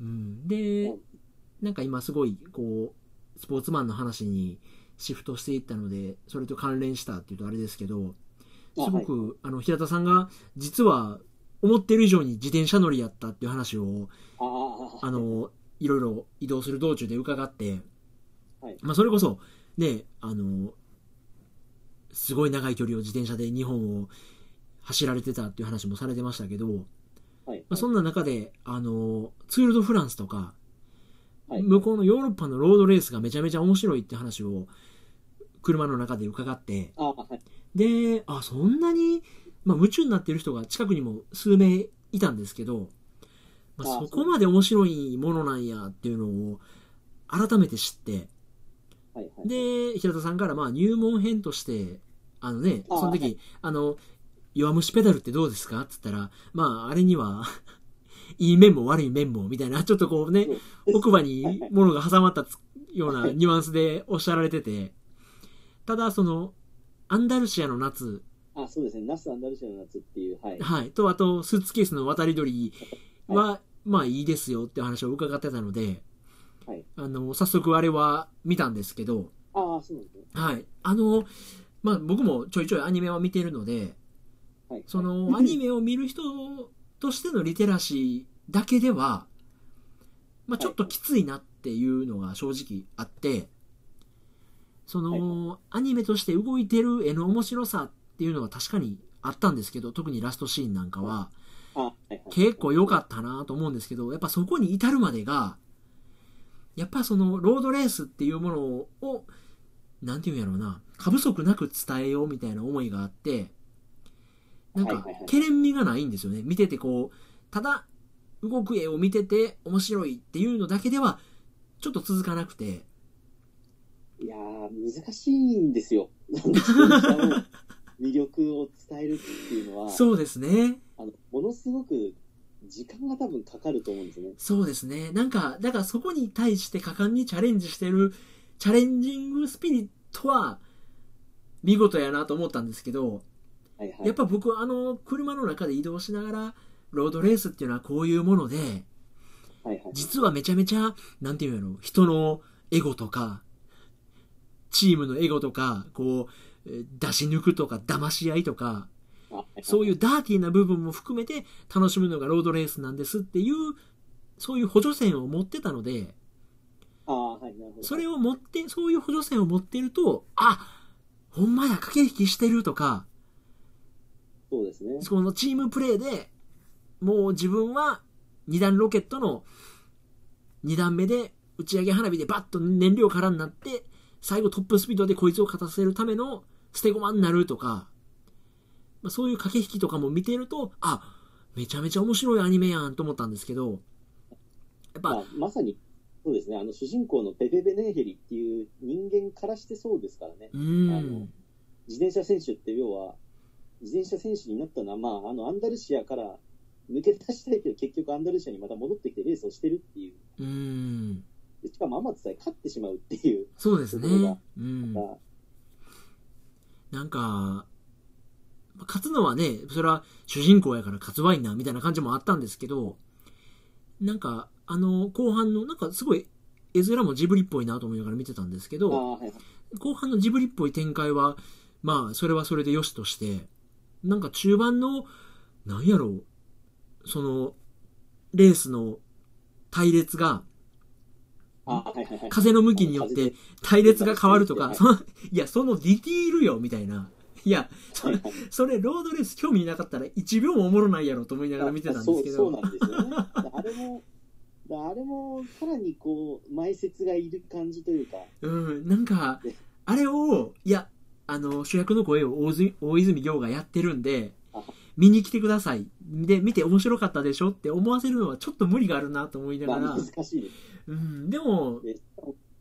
うん、でうんなんか今すごいこうスポーツマンの話にシフトしていったのでそれと関連したっていうとあれですけどあすごく、あの平田さんが実は思ってる以上に自転車乗りやったっていう話をはい、あああのいろいろ移動する道中で伺って、はいまあ、それこそねあのすごい長い距離を自転車で日本を走られてたっていう話もされてましたけど、はいまあ、そんな中であのツール・ド・フランスとか、はい向こうのヨーロッパのロードレースがめちゃめちゃ面白いって話を車の中で伺ってあはいであそんなに、まあ、夢中になってる人が近くにも数名いたんですけど、まああ、そこまで面白いものなんやっていうのを改めて知ってはいはいで平田さんからまあ入門編としてあのねあその時、はあの弱虫ペダルってどうですかって言ったらまああれには いい面も悪い面もみたいなちょっとこうね奥歯に物が挟まったつようなニュアンスでおっしゃられててただそのアンダルシアの夏、あそうですねナスアンダルシアの夏っていうはいはい、とあとスーツケースの渡り鳥は、まあいいですよって話を伺ってたので、はいあの早速あれは見たんですけど、ああそうなんですねはい。あの、まあ、僕もちょいちょいアニメは見てるので、はいその、アニメを見る人としてのリテラシーだけでは、まあ、ちょっときついなっていうのが正直あって、その、アニメとして動いてる絵の面白さっていうのは確かにあったんですけど、特にラストシーンなんかは、 あはいはい結構良かったなと思うんですけど、やっぱそこに至るまでが、やっぱそのロードレースっていうものを、なんていうんやろうな、過不足なく伝えようみたいな思いがあって、なんはいかはいはい、けれんみがないんですよね。見ててこう、ただ、動く絵を見てて面白いっていうのだけでは、ちょっと続かなくて、いやー難しいんですよ 自転車の魅力を伝えるっていうのはそうですね。あのものすごく時間が多分かかると思うんですねそうですね。なんか、だからそこに対して果敢にチャレンジしてる、チャレンジングスピリットは、見事やなと思ったんですけど、はいはいやっぱ僕はあの、車の中で移動しながら、ロードレースっていうのはこういうもので、はいはい実はめちゃめちゃ、なんていうの、人のエゴとか、チームのエゴとか、こう、えー出し抜くとか、騙し合いとか、あはいはいそういうダーティーな部分も含めて楽しむのがロードレースなんですっていう、そういう補助線を持ってたので、ああはいなるほどそれを持って、そういう補助線を持ってると、あほんまや、駆け引きしてるとか、そうですねそのチームプレーでもう自分は2段ロケットの2段目で打ち上げ花火でバッと燃料空になって、最後トップスピードでこいつを勝たせるための捨て駒になるとか、まあ、そういう駆け引きとかも見てると、あめちゃめちゃ面白いアニメやんと思ったんですけど、やっぱまあ、まさにそうですねあの主人公のペペペネーヘリっていう人間からしてそうですからねうあんの、自転車選手って要は自転車選手になったのは、まあ、あのアンダルシアから抜け出したいけど結局アンダルシアにまた戻ってきてレースをしてるっていううん、でしかもアマツさえ勝ってしまうっていう、そうですねところが。うん。まあなんか、勝つのはね、それは主人公やから勝つわいな、みたいな感じもあったんですけど、なんか、あの、後半の、なんかすごい、絵面もジブリっぽいなと思いながら見てたんですけあど、あはいはい後半のジブリっぽい展開は、まあ、それはそれで良しとして、なんか中盤の、なんやろう、その、レースの隊列が、ああはいはいはい風の向きによって隊列が変わるとか、風その、いや、そのディティールよ、みたいな。いや、そはいれ、はいそれロードレース興味なかったら1秒もおもろないやろと思いながら見てたんですけそうどそうなんですよねだあれもだあれもさらにこう前説がいる感じというかうんなんかねあれをいやあの主役の声を大泉大泉洋がやってるんであ見に来てくださいで見て面白かったでしょって思わせるのはちょっと無理があるなと思いなまがあら難、しいですうん、でも、で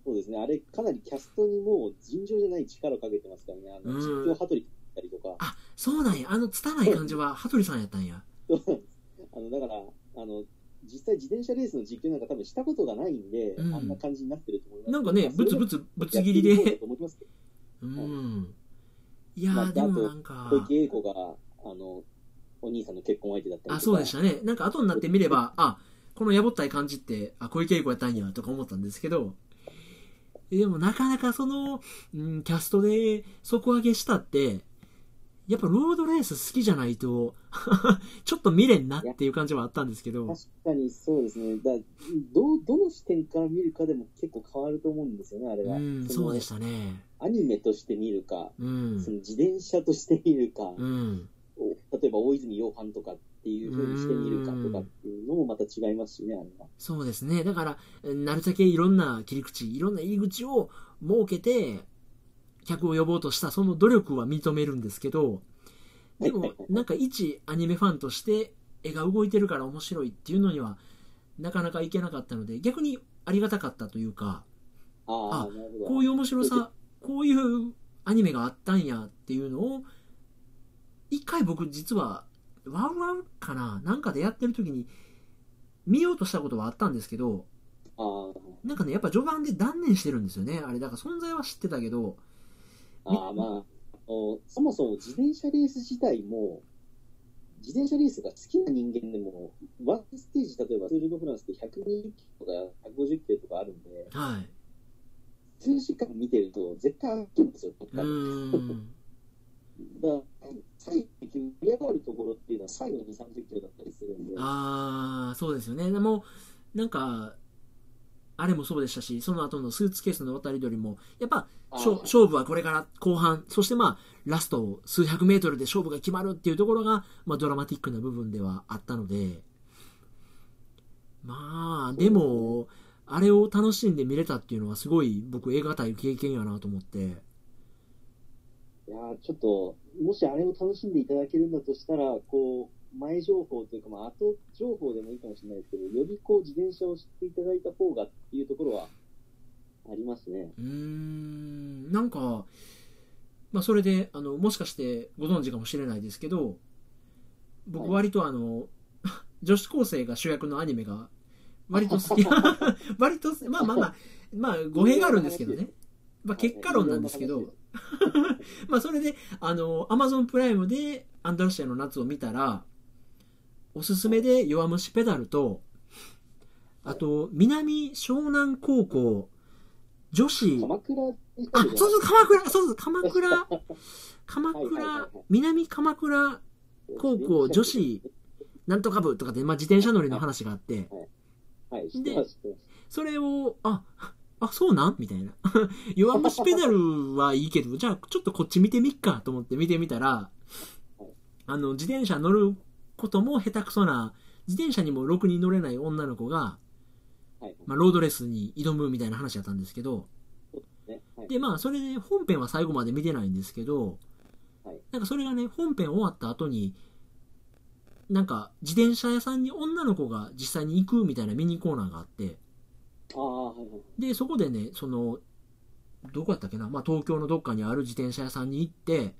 そうですね、あれ、かなりキャストにもう尋常じゃない力をかけてますからね、あうのん実況羽鳥だったりとか、あそうなんやあの拙い感じは羽鳥さんやったんや あのだからあの、実際、自転車レースの実況なんか、多分したことがないんで、うんあんな感じになってると思いますなんかねブツブツツぶつ切りで思いま すけうんいやまあーでもなんどか小池栄子があのお兄さんの結婚相手だったりとか、あそうでしたねなんか後になってみればあこのやぼったい感じって、あ、小池栄子やったんや、とか思ったんですけど、えでもなかなかその、うん、キャストで底上げしたって、やっぱロードレース好きじゃないと、 ちょっと未練なっていう感じはあったんですけど確、かにそうですね。だどう、どの視点から見るかでも結構変わると思うんですよね、あれうは。ん、のそうでしたね。アニメとして見るか、うそのん、自転車として見るか、うん、お例えば大泉洋飯とかっていう風にして見るかとかっていうのもまた違いますしね、あれは。そうですね。だから、うんなるだけいろんな切り口、いろんな入り口を設けて、客を呼ぼうとしたその努力は認めるんですけど、ではもいはいは、いなんか一アニメファンとして絵が動いてるから面白いっていうのにはなかなかいけなかったので、逆にありがたかったというか、ああ、あなるこほうど。いう面白さ、こういうアニメがあったんやっていうのを、一回僕実は、ワウワウかななんかでやってる時に見ようとしたことはあったんですけど、あなんかね、やっぱ序盤で断念してるんですよね。あれ、だから存在は知ってたけど、あ、ああまあお、そもそも自転車レース自体も、自転車レースが好きな人間でも、ワンステージ、例えばツール・ド・フランスって120キロとか150キロとかあるんで、はい。数時間見てると絶対飽きるんですよ、どっうかでーん。だから、最後に盛り上がるところっていうのは最後に2、30キロだったりするんで、あーそうですよねでもなんかあれもそうでしたしその後のスーツケースの渡り鳥もやっぱあ勝ー勝負はこれから後半そしてまあラスト数百メートルで勝負が決まるっていうところが、まあ、ドラマティックな部分ではあったのでまあでもあれを楽しんで見れたっていうのはすごい僕映画たい経験やなと思っていやーちょっと、もしあれを楽しんでいただけるんだとしたら、こう、前情報というか、まあ、後情報でもいいかもしれないですけど、よりこう、自転車を知っていただいた方がっていうところはありますね。うーんなんか、まあ、それであのもしかしてご存知かもしれないですけど僕は割とあの、 女子高生が主役のアニメが割と好き 割とまあまあまあまあ語弊があるんですけどね、 まあ、結果論なんですけど、まあ、それであの Amazon プライムでアンダルシアの夏を見たらおすすめで弱虫ペダルとあと南湘南高校女子鎌倉でしたあけ、どそうそう、鎌倉、そうそう、鎌倉、鎌はいはいは倉いはい、南鎌倉高校女子なんとか部とかで、まあ、自転車乗りの話があって、はい、知ってます、知ってます。それを、あ、あ、そうなんみたいな。 弱虫ペダルはいいけど、じゃあちょっとこっち見てみっかと思って見てみたら、あの、自転車乗ることも下手くそな、自転車にもろくに乗れない女の子が、はい、まあ、ロードレースに挑むみたいな話だったんですけど、ね、はい。でまあそれで本編は最後まで見てないんですけど、はいなんかそれがね本編終わった後になんか自転車屋さんに女の子が実際に行くみたいなミニコーナーがあってああ、はい、はい。でそこでねそのどこやったっけな、まあ、東京のどっかにある自転車屋さんに行って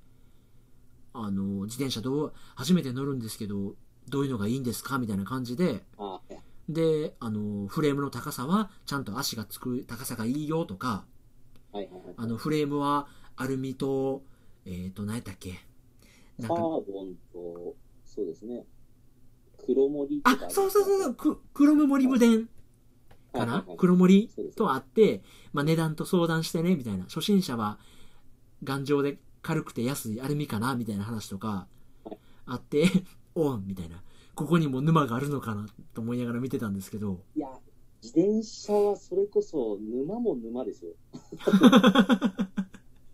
あの自転車どう初めて乗るんですけどどういうのがいいんですかみたいな感じでああ、はいであのフレームの高さはちゃんと足がつく高さがいいよとかはい、はい。あのフレームはアルミと、えっ、と、何やったっけなんカーか、ボンと、そうですね。黒森とあか、そうそうそうそう、く黒ム森無伝かはいなはいはい黒森そうですねとあって、まあ、値段と相談してね、みたいな。初心者は頑丈で軽くて安いアルミかなみたいな話とかあって、 おんみたいな。ここにも沼があるのかなと思いながら見てたんですけど、いや、自転車はそれこそ沼も 沼ですよ。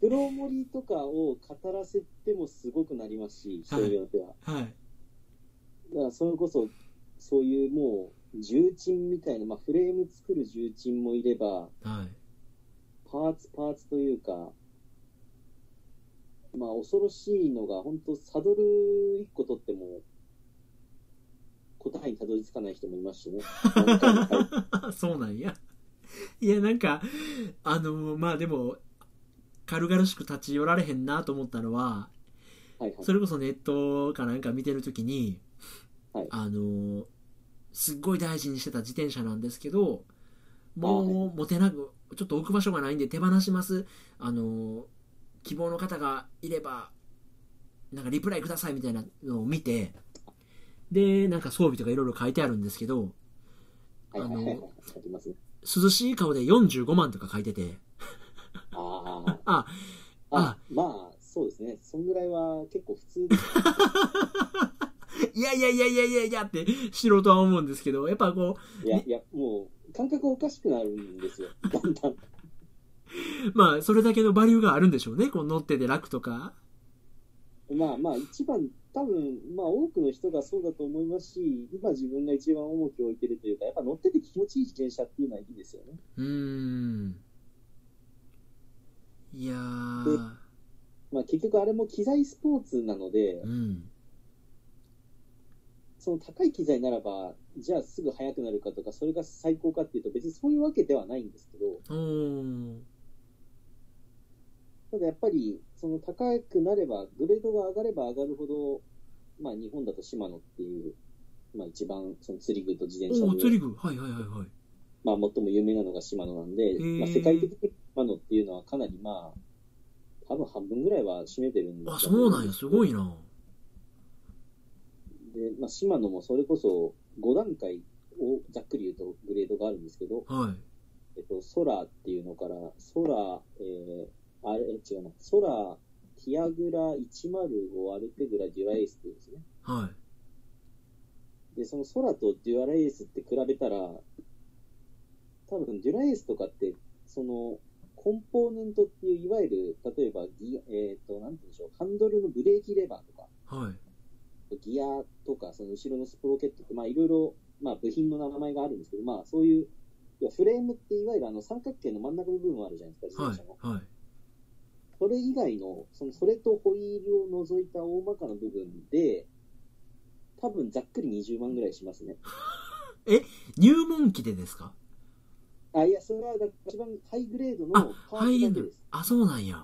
黒森とかを語らせてもすごくなりますし、人によっては。はい。だからそれこそ、そういうもう、重鎮みたいな、まあ、フレーム作る重鎮もいれば、はい。パーツパーツというか、まあ、恐ろしいのが、本当サドル1個取っても、答えにたどり着かない人もいま すしね。何回も書いてそうなんや。いや、なんか、あのまあでも、軽々しく立ち寄られへんなと思ったのは、はいはいそれこそネットかなんか見てるときに、はいあのすっごい大事にしてた自転車なんですけど、もう、持てなく、ちょっと置く場所がないんで手放します。あの希望の方がいれば、なんかリプライくださいみたいなのを見て、で、なんか装備とかいろいろ書いてあるんですけど、はいはいはいはいあの。ありますね。涼しい顔で45万とか書いてて、ああ。あ、あ、まあ、そうですね。そんぐらいは結構普通です。いやいやいやいやいやいやって素人は思うんですけど、やっぱこいや、いや、もう、感覚おかしくなるんで すよ。だんだん。う、まあ、それだけのバリューがあるんでしょうね。こう、乗ってて楽とか。まあまあ、一番、多分、まあ多くの人がそうだと思いますし、今自分が一番重きを置いてるというか、やっぱ乗ってて気持ちいい自転車っていうのはいいですよね。うーん。いやー。まあ結局あれも機材スポーツなのでう、ん。その高い機材ならば、じゃあすぐ速くなるかとか、それが最高かっていうと別にそういうわけではないんですけど、おー。ただやっぱり、その高くなれば、グレードが上がれば上がるほど、まあ日本だとシマノっていう、まあ一番その釣り具と自転車おー、釣で、り具。はいはいはいはい。まあ最も有名なのがシマノなんで、ーまあ世界的にシマノっていうのはかなりまあ、多分半分ぐらいは占めてるんであ、そうなんや。すごい。いな。で、まあシマノもそれこそ5段階をざっくり言うとグレードがあるんですけど、はい。えっと、ソラっていうのから、ソラ、えー、あれ、違うな、ソラ、ティアグラ105アルペグラデュアエースっていうんですね。はい。で、そのソラとデュアラエースって比べたら、多分デュラエースとかって、その、コンポーネントっていう、いわゆる、例えばギ、えっ、と、なんて言うんでしょう、ハンドルのブレーキレバーとか、はい。ギアとか、その後ろのスプロケットって、まあいろいろ、まあ部品の名前があるんですけど、まあそういう、いやフレームっていわゆるあの三角形の真ん中の部分あるじゃないですか、自は転車の。い。はい。それ以外の、そのそれとホイールを除いた大まかな部分で、多分ざっくり20万ぐらいしますね。入門機でですかあ、いや、それはだ一番ハイグレードあの、パハイーエツンドだけです。。あ、そうなんや。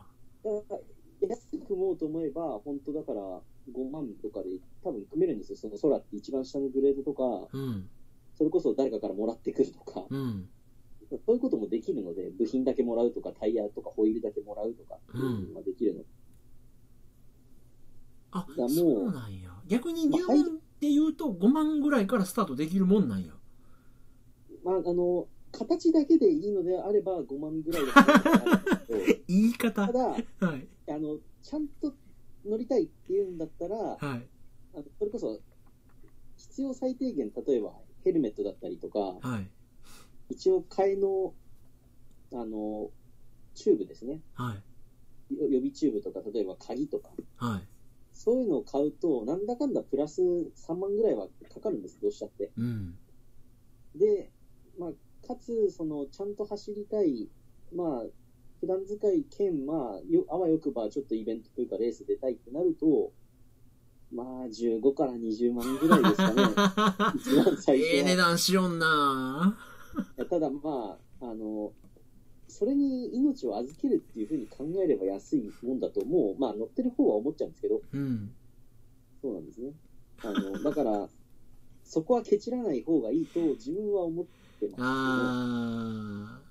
だから安く組もうと思えば、本当だから5万とかで多分組めるんですよ。その空って一番下のグレードとか、うん。それこそ誰かからもらってくるとか、うん。そういうこともできるので、部品だけもらうとか、タイヤとかホイールだけもらうとかっていうのができるの。あやも、うそうなんや。逆に入門って言うと5万ぐらいからスタートできるもんなんや。まあ、あの、形だけでいいのであれば5万ぐらいだったらあるんですけど、言い方。はただ、い。あの、ちゃんと乗りたいっていうんだったら、あはい。のそれこそ、必要最低限、例えばヘルメットだったりとか、はい。一応替えの、あの、チューブですね。はい。よ予備チューブとか、例えば鍵とか、はい。そういうのを買うと、なんだかんだプラス3万ぐらいはかかるんです、どうしたって。うん。で、まあ、かつ、その、ちゃんと走りたい、まあ、普段使い兼、まあ、よあわよくば、ちょっとイベントというか、レース出たいってなると、まあ、15から20万ぐらいですかね。 一番最ええ値初は。段しよんなただ、まあ、あの、それに命を預けるっていうふうに考えれば安いもんだと、もう、まあ、乗ってる方は思っちゃうんですけど、うん。そうなんですね。あの、だから、そこはケチらない方がいいと、自分は思ってます、あー。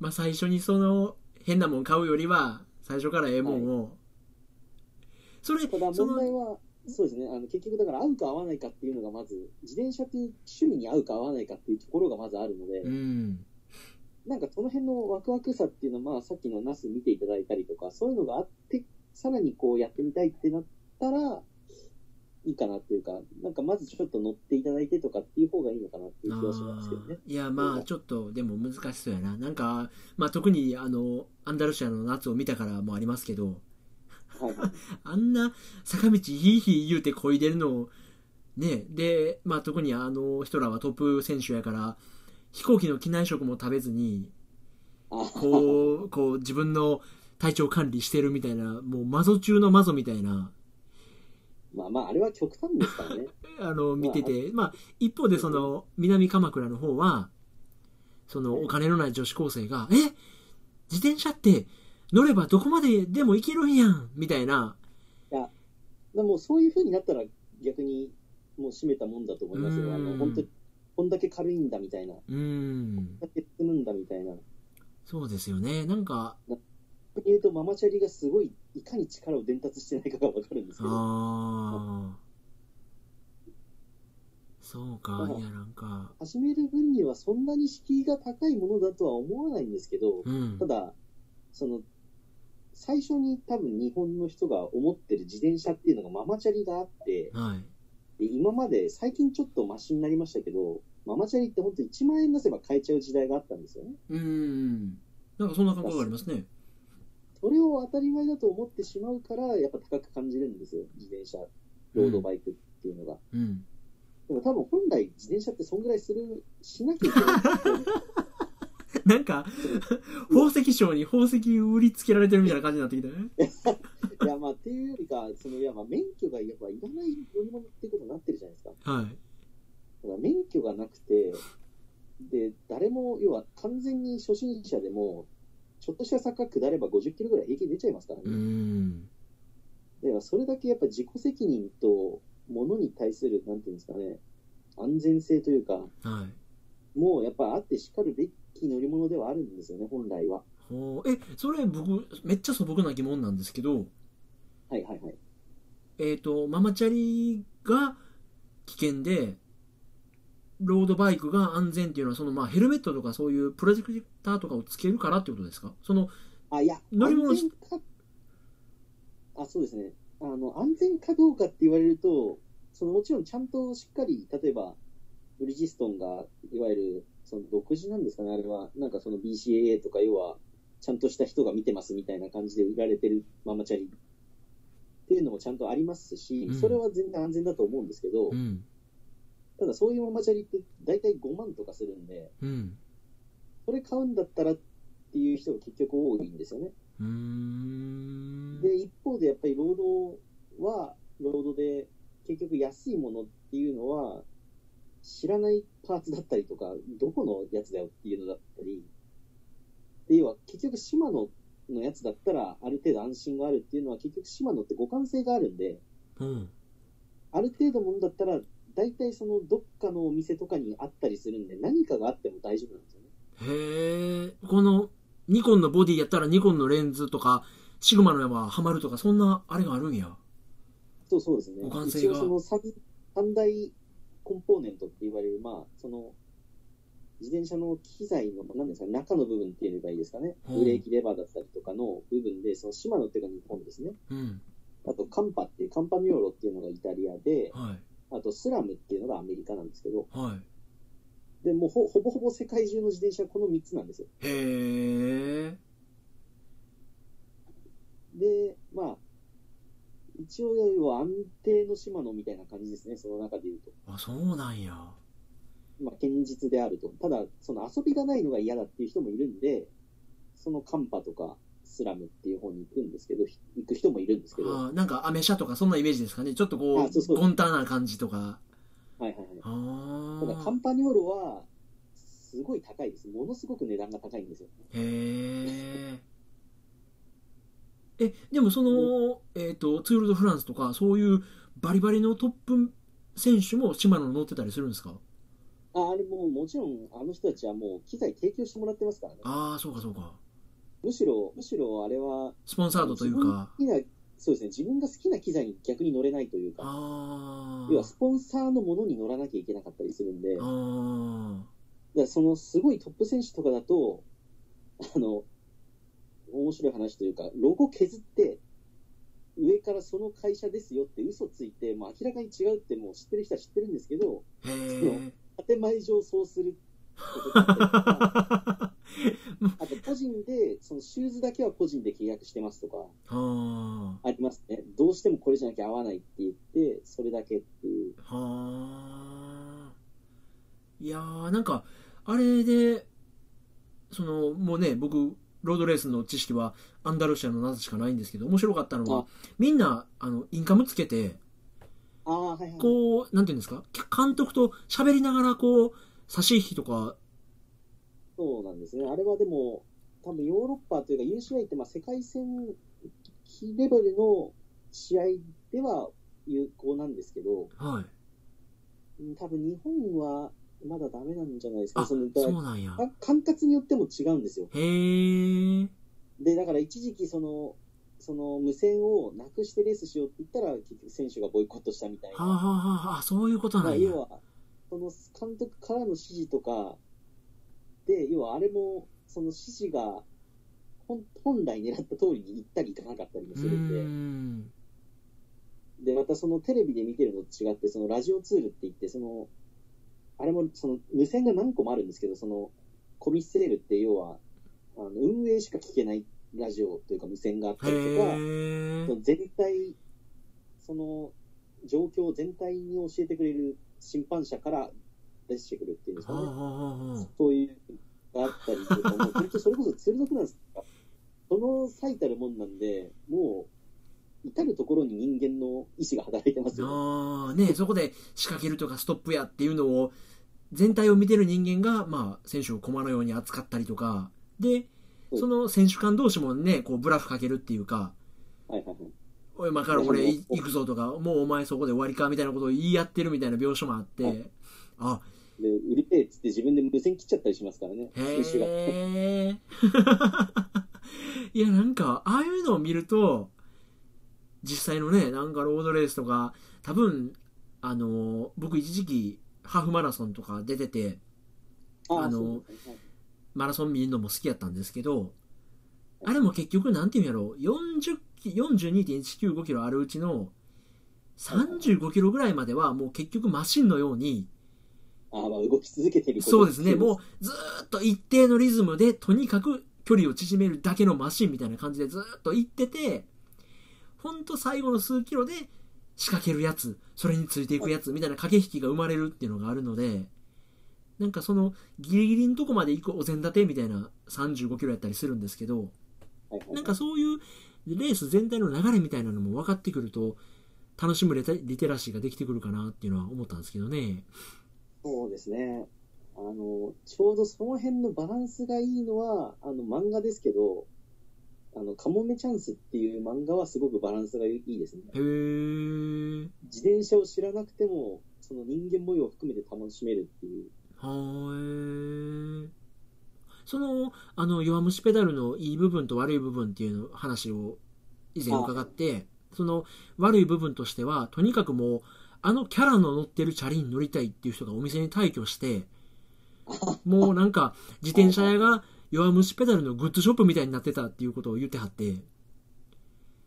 まあ最初にその変なもん買うよりは、最初からええもんを。それ、ただそ問題の、は、そうですね、あの結局だから合うか合わないかっていうのがまず、自転車という趣味に合うか合わないかっていうところがまずあるので、うん。なんかその辺のワクワクさっていうのは、まあ、さっきのナス見ていただいたりとか、そういうのがあって、さらにこうやってみたいってなったら、いいかなっていうか、なんかまずちょっと乗っていただいてとかっていう方がいいのかなっていう気はしますけどね。あーいやまあちょっとでも難しそうやななんか、まあ、特にあのアンダルシアの夏を見たからもありますけどはいはい。あんな坂道ヒーヒー言うてこいでるのをねで、まあ、特にあの人らはトップ選手やから飛行機の機内食も食べずにあこうこう自分の体調管理してるみたいなもうマゾ中のマゾみたいなまあまあ、あれは極端ですからね。あの見てて、まあ、一方でその南鎌倉の方はそのお金のない女子高生が「え自転車って乗ればどこまででも行けるんやん」みたいなでもそういう風になったら逆にもう閉めたもんだと思いますうんよ。あの本当にこんだけ軽いんだみたいな、こうーんんだけ積むんだみたいな。そうですよねなんか言うとママチャリがすごいいかに力を伝達してないかがわかるんですけど、ああそうか、うんいやなんか、始める分にはそんなに敷居が高いものだとは思わないんですけど、うんた。だ、その、最初に多分日本の人が思ってる自転車っていうのがママチャリがあって、はい。で今まで最近ちょっとマシになりましたけど、ママチャリって本当1万円出せば買えちゃう時代があったんですよね。うん。なんかそんな感覚がありますね。それを当たり前だと思ってしまうから、やっぱ高く感じるんですよ、自転車、ロードバイクっていうのが。うん。でも多分本来自転車ってそんぐらいする、しなきゃいけないって。 なんか、宝石商に宝石売りつけられてるみたいな感じになってきたね。 いや、まあ、っていうよりか、その、いや、まあ、免許がやっぱいらない乗り物ってことになってるじゃないですか。はい。だから免許がなくて、で、誰も、要は完全に初心者でも、ちょっとした坂下れば50キロぐらい平気出ちゃいますからね。うん。だからそれだけやっぱ自己責任と、ものに対する、なんていうんですかね、安全性というか、はい。もうやっぱあってしかるべき乗り物ではあるんですよね、本来は。ほうえ、それ僕、めっちゃ素朴な疑問なんですけど、はいはいはい。えっ、と、ママチャリが危険で、ロードバイクが安全っていうのは、そのまあヘルメットとかそういうプロジェクターとかをつけるからってことですかその、あ、いや、乗り物安全か、あ、そうですね。あの、安全かどうかって言われると、そのもちろんちゃんとしっかり、例えば、ブリヂストンが、いわゆる、その独自なんですかね、あれは、なんかその BCAA とか、要は、ちゃんとした人が見てますみたいな感じで売られてるママチャリっていうのもちゃんとありますし、うんそれは全然安全だと思うんですけど、ん。ただそういうママチャリって大体5万とかするんで、うん。それ買うんだったらっていう人が結局多いんですよね。うーん。で、一方でやっぱり労働は、労働で、結局安いものっていうのは、知らないパーツだったりとか、どこのやつだよっていうのだったり、で、要は結局シマノのやつだったら、ある程度安心があるっていうのは、結局シマノって互換性があるんで、うん。ある程度ものだったら、大体そのどっかのお店とかにあったりするんで、何かがあっても大丈夫なんですよね。へえ、このニコンのボディやったらニコンのレンズとか、シグマの山はまるとか、そんなあれがあるんや。そうそうですね。互換性一が応その三三大コンポーネントって言われる、まあ、その、自転車の機材の、なんですか、中の部分って言えばいいですかね。うんブレーキレバーだったりとかの部分で、そのシマノっていうか日本ですね。うん。あと、カンパっていう、カンパニョーロっていうのがイタリアで、はあと、スラムっていうのがアメリカなんですけど、い。はい。で、もうほほぼほぼ世界中の自転車はこの3つなんですよ。へえ。で、まあ、一応、要は安定のシマノみたいな感じですね、その中で言うと。あ、そうなんや。まあ、堅実であると。ただ、その遊びがないのが嫌だっていう人もいるんで、そのカンパとかスラムっていう方に行くんですけど、ひ行く人もいるんですけど、はあなんかアメ車とかそんなイメージですかね。ちょっとこあそう、うそう混沌な感じとか。いはいはい。あただ、カあ。ンパニョーロは、すごい高いです。ものすごく値段が高いんですよ。へえ。え、でもその、えっ、と、ツール・ド・フランスとか、そういうバリバリのトップ選手もシマノに乗ってたりするんですかああれも、もちろん、あの人たちはもう機材提供してもらってますからね。ああ、そうかそうか。むしろ、むしろあれは、スポンサードという自分のか好。きな、そうですね、自分が好きな機材に逆に乗れないというか、ああ。要はスポンサーのものに乗らなきゃいけなかったりするんで、あーだからそのすごいトップ選手とかだと、あの、面白い話というか、ロゴ削って、上からその会社ですよって嘘ついて、もう明らかに違うってもう知ってる人は知ってるんですけど、へえ。建前上そうすることだっ たりとかあと個人で、そのシューズだけは個人で契約してますとか、はありますね。どうしてもこれじゃなきゃ合わないって言って、それだけっていう。あ。はあ。いやー、なんか、あれで、その、もうね、僕、ロードレースの知識はアンダルシアの夏しかないんですけど、面白かったのはあ、みんな、あの、インカムつけて、ああ、はいはい。こう、なんていうんですか、監督と喋りながら、こう、差し引きとか、そうなんですね。あれはでも、多分ヨーロッパというか UCI ってまあ世界戦レベルの試合では有効なんですけど、はい。うん多分日本はまだダメなんじゃないですあ、か。そそのだからうなんや。か管轄によっても違うんですよ。へえ。で、だから一時期その、その無線をなくしてレースしようって言ったら、結局選手がボイコットしたみたいはあ、はな。あはあはあ、そういうことまなあ、んや要。は、その監督からの指示とか、で、要はあれも、その指示が本、本来狙った通りに行ったり行かなかったりもうすーるんで、んで、またそのテレビで見てるのと違って、そのラジオツールって言って、その、あれもその無線が何個もあるんですけど、そのコミッセールって要は、あの運営しか聞けないラジオというか無線があったりとか、へその全体、その状況全体に教えてくれる審判者から出してくるっていうんですあかね。あそういうのがあったりとか、もう本当それこそ鋭くなんですか。その最たるもんなんで、もう、至るところに人間の意志が働いてますよね。ああねそこで仕掛けるとかストップやっていうのを全体を見てる人間が、まあ、選手を駒のように扱ったりとかでその選手間同士もねこうブラフかけるっていうかはいはいはい。 「おい今から俺い行くぞ」とか「もうお前そこで終わりか」みたいなことを言い合ってるみたいな描写もあってあで、売りてえっつって自分で無線切っちゃったりしますからね。へ選手が。え いやなんかああいうのを見ると実際のねなんかロードレースとか多分あの僕一時期ハーフマラソンとか出ててあああ、のそうですねマラソン見るのも好きやったんですけどあれも結局なんていうんやろ40キ42.195キロあるうちの35キロぐらいまではもう結局マシンのようにはいあまあ、動き続けてることそうですね、もうずーっと一定のリズムで、とにかく距離を縮めるだけのマシンみたいな感じでずーっと行ってて、ほんと最後の数キロで仕掛けるやつ、それについていくやつみたいな駆け引きが生まれるっていうのがあるので、なんかそのギリギリのとこまで行くお膳立てみたいな35キロやったりするんですけど、はいはいなんかそういうレース全体の流れみたいなのも分かってくると、楽しむリテリテラシーができてくるかなっていうのは思ったんですけどね。そうですね。あの、ちょうどその辺のバランスがいいのは、あの、漫画ですけど、あの、カモメチャンスっていう漫画はすごくバランスがいいですね。へー。自転車を知らなくても、その人間模様を含めて楽しめるっていう。はーい。その、あの、弱虫ペダルのいい部分と悪い部分っていうの話を以前伺って、その悪い部分としては、とにかくもう、あのキャラの乗ってるチャリに乗りたいっていう人がお店に退去して、もうなんか、自転車屋が弱虫ペダルのグッズショップみたいになってたっていうことを言ってはって、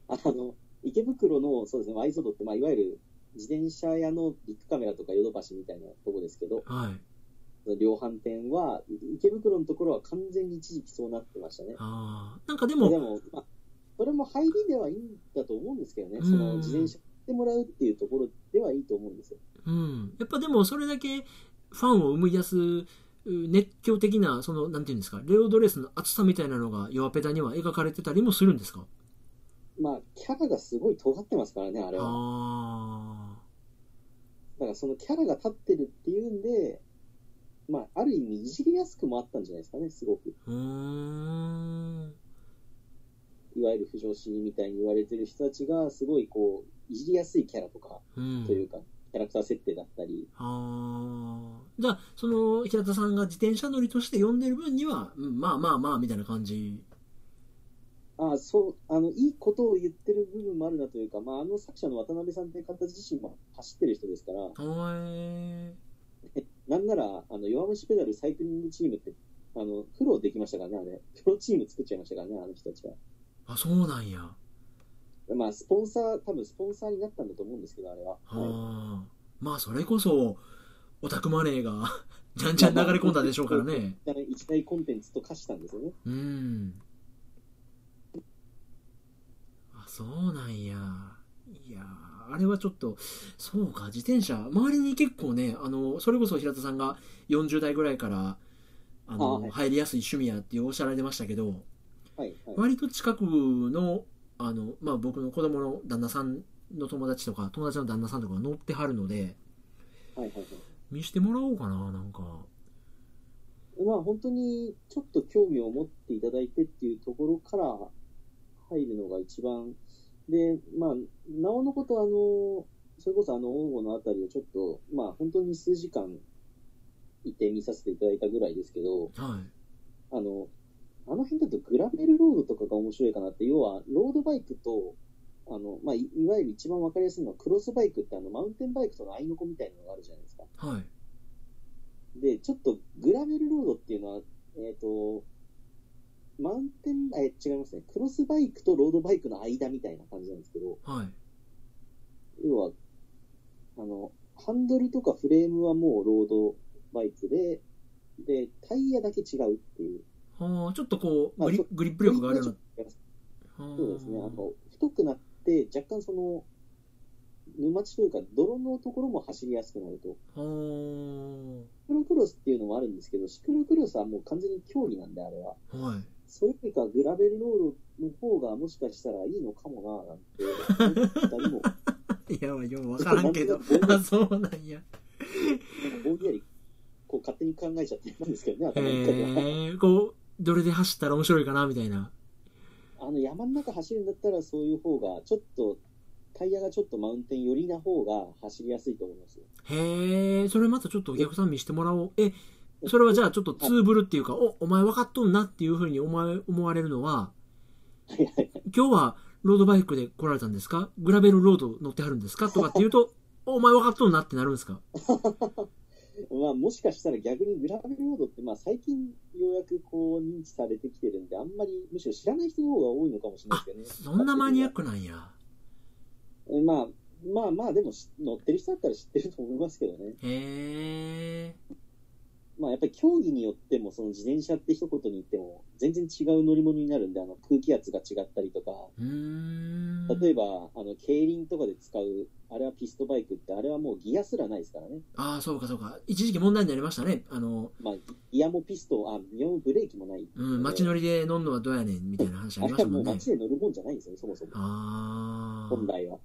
あの、池袋の、そうですね、ワイゾドって、まあ、いわゆる自転車屋のビッグカメラとかヨドバシみたいなとこですけど、はい。量販店は、池袋のところは完全に一時期そうなってましたね。あーなんかででも、も、まあ、それも入りではいいんだと思うんですけどね、うんその自転車買ってもらうっていうところではいいと思うんですよ。うん、やっぱでもそれだけファンを生み出すう熱狂的なそのなんていうんですかレオドレスの厚さみたいなのが弱ペダには描かれてたりもするんですかまあ、キャラがすごい尖ってますからね、あれは。あだからそのキャラが立ってるっていうんで、まあ、ある意味いじりやすくもあったんじゃないですかね、すごく。ーうーんいわゆる不条死みたいに言われてる人たちが、すごいこう、いじりやすいキャラとか、うんというか、キャラクター設定だったり、あーじゃあその平田さんが自転車乗りとして呼んでる分には、うんまあまあまあみたいな感じああ、そう、あの、いいことを言ってる部分もあるなというか、まあ、あの作者の渡辺さんという方自身も走ってる人ですから、はいなんなら、あの、弱虫ペダルサイクリングチームって、あの、プロできましたからね、あれ。プロチーム作っちゃいましたからね、あの人たちは。あそうなんやまあ、スポンサー、多分スポンサーになったんだと思うんですけど、あれは。はいはあまあそれこそオタクマネーがじゃんじゃん流れ込んだでしょうからねだから一大コンテンツと化したんですよね。うん。あ、そうなんや。いやー、あれはちょっと、そうか、自転車、周りに結構ね、あの、それこそ平田さんが40代ぐらいから、あの、あはい入りやすい趣味やっておっしゃられてましたけど、はい、はい。割と近くの、あの、まあ、僕の子供の旦那さんの友達とか、友達の旦那さんとかが乗ってはるので、はい、はい、は見してもらおうかな、なんか。い。まあ、本当に、ちょっと興味を持っていただいてっていうところから入るのが一番。で、まあ、なおのこと、あの、それこそあの、王吾のあたりをちょっと、まあ、本当に数時間いて見させていただいたぐらいですけど、はい。あの、あの辺だとグラベルロードとかが面白いかなって、要は、ロードバイクと、あの、まあ、いいわゆる一番わかりやすいのは、クロスバイクってあの、マウンテンバイクとの合いの子みたいなのがあるじゃないですか。はい。で、ちょっとグラベルロードっていうのは、えっ、と、マウンテン、え、違いますね。クロスバイクとロードバイクの間みたいな感じなんですけど、はい。要は、あの、ハンドルとかフレームはもうロードバイクで、で、タイヤだけ違うっていう。はあ、ちょっとこう、まあグリそグリップ力があるような。はあそうですね。あの、太くなって、若干その、沼地というか、泥のところも走りやすくなると。はシクロクロスっていうのもあるんですけど、シクロクロスはもう完全に競技なんで、あれは。あ。はい。それよりかグラベルロードの方がもしかしたらいいのかもな、なんて思ったりも、。いや、ようわからんけどあ、そうなんや。大きなり、こう勝手に考えちゃってたんですけどね、へ頭の中では。え、こう、どれで走ったら面白いかな、みたいな。あの、山の中走るんだったらそういう方が、ちょっと、タイヤがちょっとマウンテン寄りな方が走りやすいと思いますよ。へえ、それまたちょっとお客さん見してもらおう。え、それはじゃあちょっとツーブルっていうか、お、お前分かっとんなっていうふうに思わ思われるのは、はいはいはい。今日はロードバイクで来られたんですかグラベルロード乗ってはるんですかとかって言うと、おお前分かっとんなってなるんですかまあ、もしかしたら逆にグラベルロードって、まあ、最近ようやくこう認知されてきてるんで、あんまりむしろ知らない人の方が多いのかもしれないですけどそね。んなマニアックなんや。まあ、まあまあ、でもし乗ってる人だったら知ってると思いますけどね。へえ。まあ、やっぱり競技によっても、その自転車って一言に言っても、全然違う乗り物になるんで、あの空気圧が違ったりとか、うーん。例えば、あの、競輪とかで使う、あれはピストバイクって、あれはもうギアすらないですからね。ああ、そうかそうか。一時期問題になりましたね。あの、まあ、ギアもピスト、あ、ギアもブレーキもない。うん、街乗りで乗んのはどうやねんみたいな話あありれましはたももうんね。街で乗るもんじゃないんですよ、そもそも。あ本来は。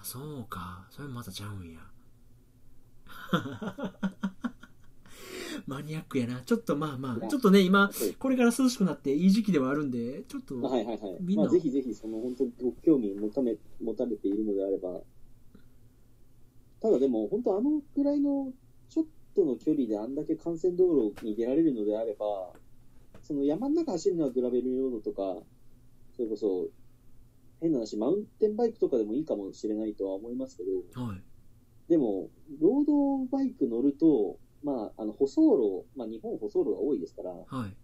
あ、そうか。それもまたちゃうんや。 マニアックやな。ちょっとまあまいあ、やちょっとね、今、そうこれから涼しくなっていい時期ではあるんで、ちょっと、はいはいはい。みんまなあ、ぜひぜひ、その、本当にご興味持ため、持たれているのであれば、ただでも、本当あのくらいの、ちょっとの距離であんだけ幹線道路に出られるのであれば、その山の中走るのはグラベルロードとか、それこそ、変な話、マウンテンバイクとかでもいいかもしれないとは思いますけど、はい。でも、ロードバイク乗ると、まあ、あの、舗装路、まあ、日本舗装路が多いですから、はい。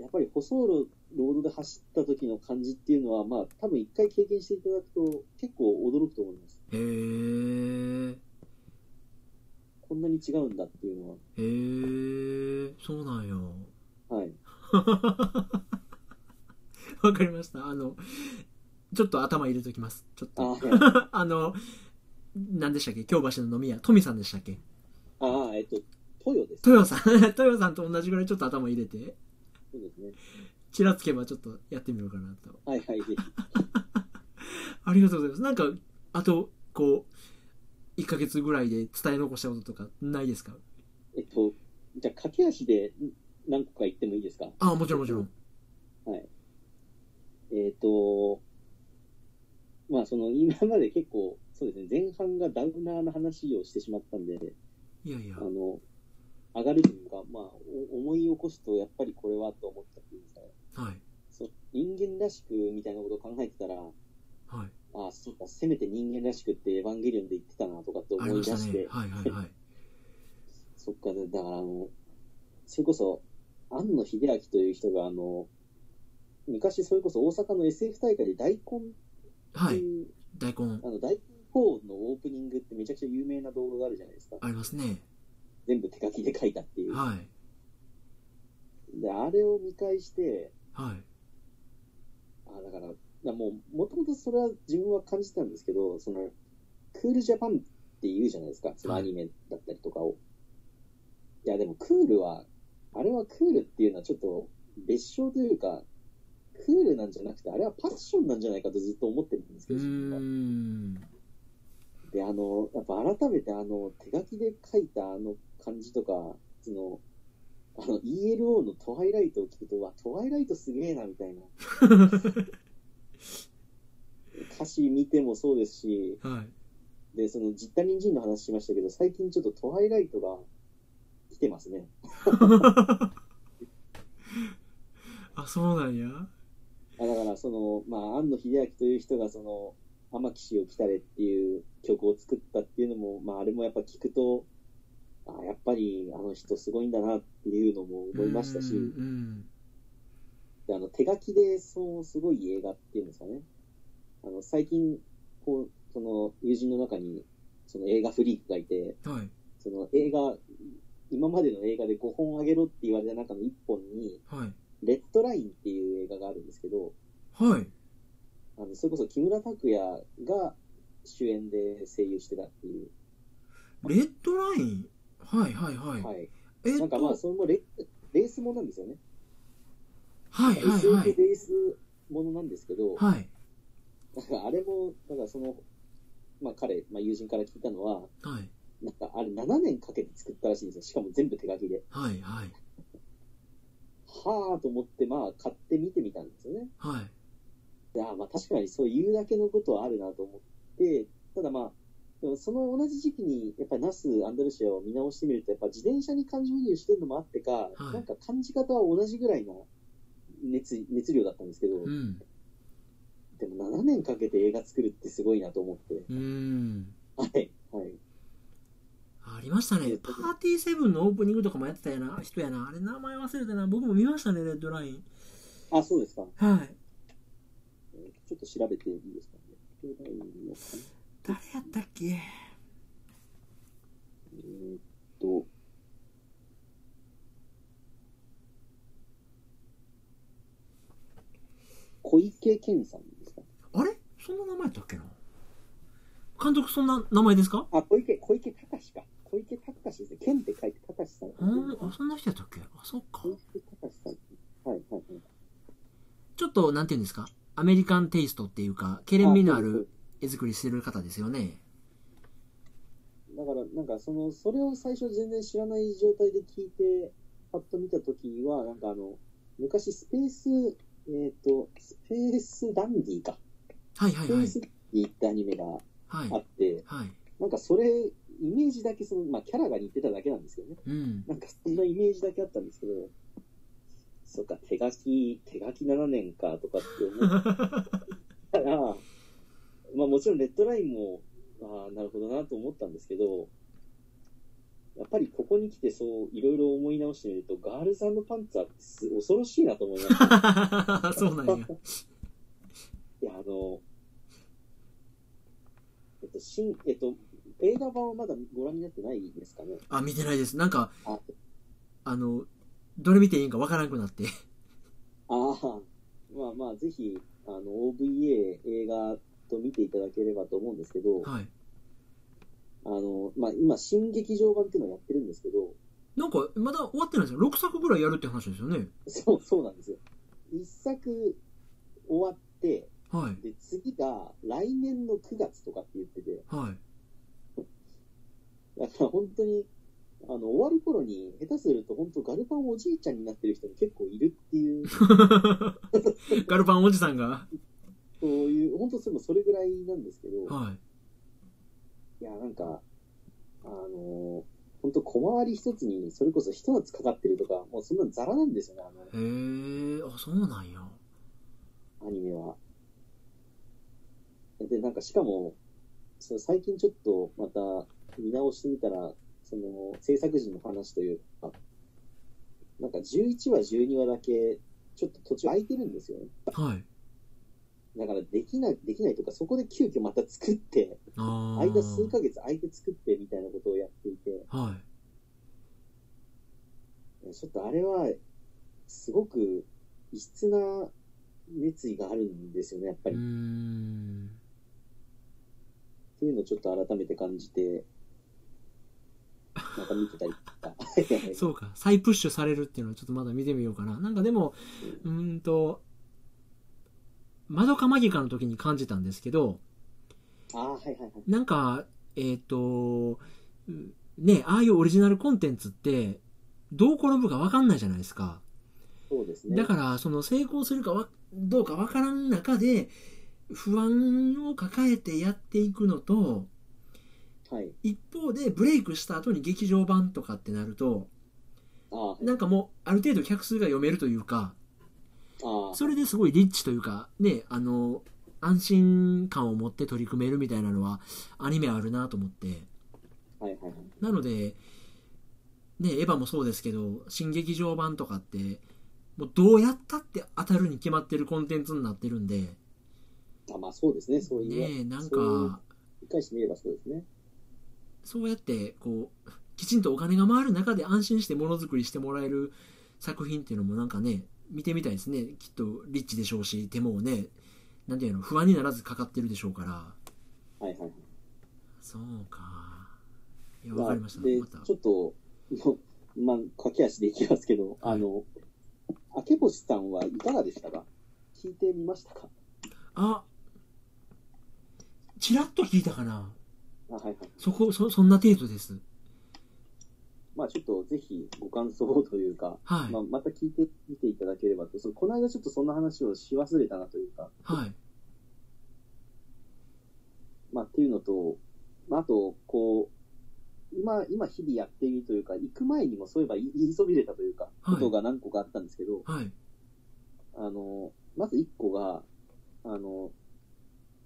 やっぱり舗装路、ロードで走った時の感じっていうのは、まあ、多分一回経験していただくと、結構驚くと思います。へえ、こんなに違うんだっていうのへえ、そうなんよ。は。はい。 わかりました。あの、ちょっと頭入れときます。ちょっあと。はい あの、何でしたっけ京橋の飲み屋。トミさんでしたっけあ、えっと、トヨです。トヨさん、 トヨさんと同じぐらいちょっと頭入れて、そうですね。ちらつけばちょっとやってみようかなと。はいはい。ぜひありがとうございます。なんか、あと、こう、1ヶ月ぐらいで伝え残したこととかないですかえっと、じゃあ、駆け足で何個か言ってもいいですかああ、もちろんもちろん。えっと、まあ、その、今まで結構、そうですね、前半がダウナーの話をしてしまったんで、いやいやあ。の、上がるというか、まあ、お思い起こすと、やっぱりこれはと思ったっていうんですかね。はい。そう人間らしくみたいなことを考えてたら、はい。ああ、そうか、せめて人間らしくってエヴァンゲリオンで言ってたなとかってあり思いま出したして、ね。はいはいはい。そっか、だからあの、それこそ、庵野秀明という人が、あの、昔それこそ大阪の SF 大会で大根っはてい。いう、大根、あの、大根4のオープニングってめちゃくちゃ有名な動画があるじゃないですか。ありますね。全部手書きで書いたっていう。はい。で、あれを見返して、はい。あだから、だからもう、もともとそれは自分は感じてたんですけど、その、クールジャパンって言うじゃないですか、そのアニメだったりとかを。いや、でもクールは、あれはクールっていうのはちょっと別称というか、クールなんじゃなくて、あれはパッションなんじゃないかとずっと思ってるんですうけーど、自分はん。で、あの、やっぱ改めてあの、手書きで書いたあの感じとか、その、あの、ELO のトワイライトを聞くと、うわ、トワイライトすげえな、みたいな。歌詞見てもそうですし、はい。で、その、実体人参の話しましたけど、最近ちょっとトワイライトが来てますね。あ、そうなんや。あだから、その、まあ、安野秀明という人が、その、天木氏を来たれっていう曲を作ったっていうのも、まあ、あれもやっぱ聞くと、あやっぱりあの人すごいんだなっていうのも思いましたし、うんであの手書きでそのすごい映画っていうんですかね、あの最近こう、その友人の中にその映画フリークがいて、うんはいその映画、今までの映画で5本あげろって言われた中の1本に、はいレッドラインっていう映画があるんですけど、はいあのそれこそ木村拓哉が主演で声優してたっていう、レッドラインはいはいはい、はい、えなっんかまあ、とそれもレレースものなんですよね、はいはい SF はいレースものなんですけど、はいなんかあれも、なんかその、まあ彼、まあ友人から聞いたのは、はいなんかあれ7年かけて作ったらしいんですよ。しかも全部手書きで。はいはいはぁと思って、まあ買って見てみたんですよね。はいでああまあ確かにそういうだけのことはあるなと思って、ただまあ、でもその同じ時期に、やっぱりナス、アンダルシアを見直してみると、やっぱ自転車に感情移入してるのもあってか、いなんか感じ方は同じぐらいの熱熱量だったんですけど、うんでも7年かけて映画作るってすごいなと思って。うんはい、はい。ありましたねパーティーセブンのオープニングとかもやってたやな人やなあれ名前忘れてな僕も見ましたねレッドラインあ、そうですか。はいえーちょっと調べていいですかね。えー誰やったっけっと、小池健さんですかあれそんな名前やったっけな監督そんな名前ですかあ、小池、小池隆か。小池隆ですね。健って書いて隆さん。うんあそんな人やったっけあそっか小池隆さん。はいはいはい。ちょっとなんていうんですかアメリカンテイストっていうかけれん味のある絵作りしてる方ですよねだから、なんか、その、それを最初全然知らない状態で聞いて、パッと見たときは、なんかあの、昔スペース、えっ、と、スペースダンディか。はいはいスペはーいスダンディってアニメがはいあって、はいなんかそれ、イメージだけ、その、まあ、キャラが似てただけなんですけどね。うん なんかそんなイメージだけあったんですけど、そっか、手書き、手書き7年かとかって思ったら、 まあもちろんレッドラインも、ああ、なるほどなと思ったんですけど、やっぱりここに来てそう、いろいろ思い直してみると、ガールズパンツァーってす恐ろしいなと思いました。そうなんや。いや、あの、えっと、新、えっと、映画版はまだご覧になってないですかね。あ、見てないです。なんかあ、あの、どれ見ていいんかわからなくなって。ああ、まあまあ、ぜひ、あの、OVA 映画と見ていただければと思うんですけど、あはい。の、まあ今、新劇場版っていうのをやってるんですけど、 なんか、まだ終わってないですよ。6作ぐらいやるって話ですよね。そう、そうなんですよ。一作終わって、はい。で、次が来年の9月とかって言ってて、はい。 だから 本当に、あの、終わる頃に、下手すると本当ガルパンおじいちゃんになってる人も結構いるっていう、ガルパンおじさんが。そういう、本当それもそれぐらいなんですけど、はいや、なんか、あのー、本当小回り一つに、それこそ一夏かかってるとか、もうそんなのザラなんですよね、い。へえ、あ、そうなんや。あの、アニメは。で、なんかしかも、その最近ちょっとまた見直してみたら、その制作陣の話というか、なんか11話、12話だけ、ちょっと途中空いてるんですよね。はい。だからできない、できないというか、そこで急遽また作って、あー間数ヶ月空いて作ってみたいなことをやっていて、はちょっとあれは、すごく異質な熱意があるんですよね、やっぱい。うり。ーっん。ていうのをちょっと改めて感じて、また見てたり とか。そうか。再プッシュされるっていうのはちょっとまだ見てみようかな。なんかでも、うーんと、まどかマギカの時に感じたんですけど、ああ、はいはいはい。なんか、えっ、と、うんね、ああいうオリジナルコンテンツって、どう転ぶか分かんないじゃないですか。そうですね。だから、その成功するかわどうか分からん中で、不安を抱えてやっていくのと、はい。一方でブレイクした後に劇場版とかってなると、ああ、はいなんかもう、ある程度客数が読めるというか、ああ、それですごいリッチというか、ね、あの、安心感を持って取り組めるみたいなのは、アニメあるなと思って。はいはいはい。なので、ね、エヴァもそうですけど、新劇場版とかって、もうどうやったって当たるに決まってるコンテンツになってるんで、あまあそうですね、そういね、う。なんそうか、理解してみればそうですね。そうやって、こう、きちんとお金が回る中で安心してものづくりしてもらえる作品っていうのもなんかね、見てみたいですね。きっとリッチでしょうし、手もね、なんていうの、不安にならずかかってるでしょうから。はいはいはい。そうか。いや、わかりました。で、また。ちょっと、もうまあ、駆け足でいきますけど、はいあの、明け星さんはいかがでしたか聞いてみましたかあちらっと聞いたかな。あはいはい。そこ、そ、そんな程度です。まあちょっとぜひご感想をというか、はい。まあ、また聞いてみていただければと、そのこの間ちょっとそんな話をし忘れたなというか、はい。まあ、っていうのと、まあ、あと、こう、今、今日々やっているというか、行く前にもそういえば言い言いそびれたというか、はいことが何個かあったんですけど、はい。あの、まず1個が、あの、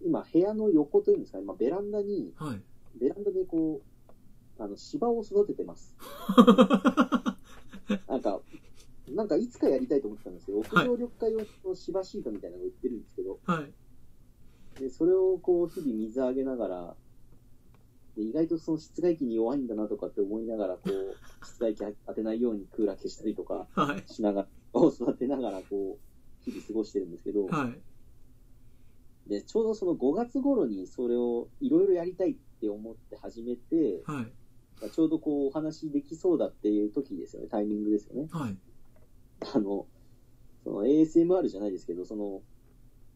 今、部屋の横というんですかね、まあ、ベランダに、はい。 ベランダでこう、あの、芝を育て てます。なんか、なんかいつかやりたいと思ってたんですけど、屋上緑化用の芝シートみたいなのが売ってるんですけど、はい。で、それをこう、日々水あげながら、で、意外とその室外機に弱いんだなとかって思いながら、こう、 室外機当てないようにクーラー消したりとかはい。しながら、を育てながら、こう、日々過ごしてるんですけど、はい。で、ちょうどその5月頃にそれをいろいろやりたいって思って始めて、はい。ちょうどこう、お話できそうだっていう時ですよね、タイミングですよね。はい。 あの、その ASMR じゃないですけど、その、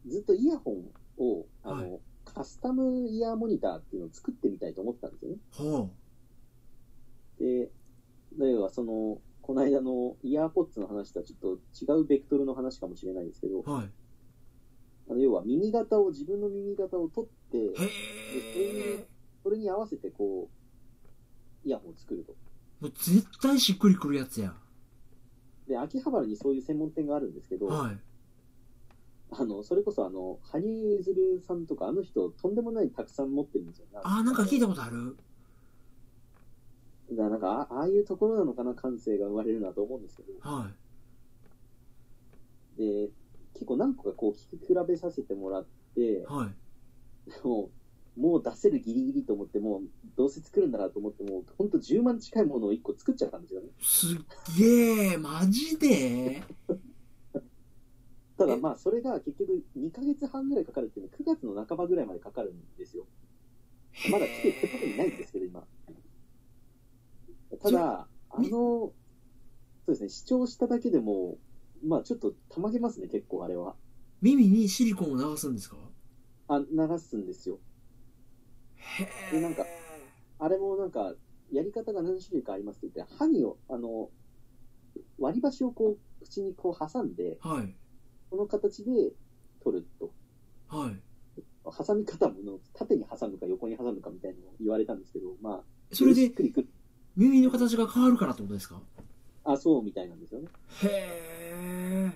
ずっとイヤホンを、あの、はカスタムイヤーモニターっていうのを作ってみたいと思ったんですよね。ほで、例えばその、この間のイヤーポッツの話とはちょっと違うベクトルの話かもしれないですけど、う。はい。あの要は耳型を、自分の耳型を取って、へえ。それに合わせてこう、イヤホンを作ると。もう絶対しっくりくるやつや。で、秋葉原にそういう専門店があるんですけど、はい。あの、それこそあの、羽生結弦さんとか、あの人、とんでもないたくさん持ってるんですよね。あー、なんか聞いたことある。だからなんかあ、ああいうところなのかな、感性が生まれるなと思うんですけど、はで、結構何個かこう、聞き比べさせてもらって い。、はい。もう、もう出せるギリギリと思って、もう、どうせ作るんだなと思って、もう、ほんと10万近いものを1個作っちゃったんですよね。すっげえ、マジでただえまあ、それが結局、2ヶ月半ぐらいかかるっていうのは、9月の半ばぐらいまでかかるんですよ。まだ来てくれてないんですけど、今。ただ、あみの、そうですね、視聴しただけでも、まあちょっとたまげますね、結構あれは。耳にシリコンを流すんですかあ、流すんですよ。へえなんかあれもなんか、やり方が何種類かありますって言って、歯にを、あの、割り箸をこう、口にこう挟んで、はい。この形で取ると。はい。挟み方もの、縦に挟むか横に挟むかみたいなのを言われたんですけど、まあ、それしっでくりくる。耳の形が変わるからってことですかあ、そうみたいなんですよね。へ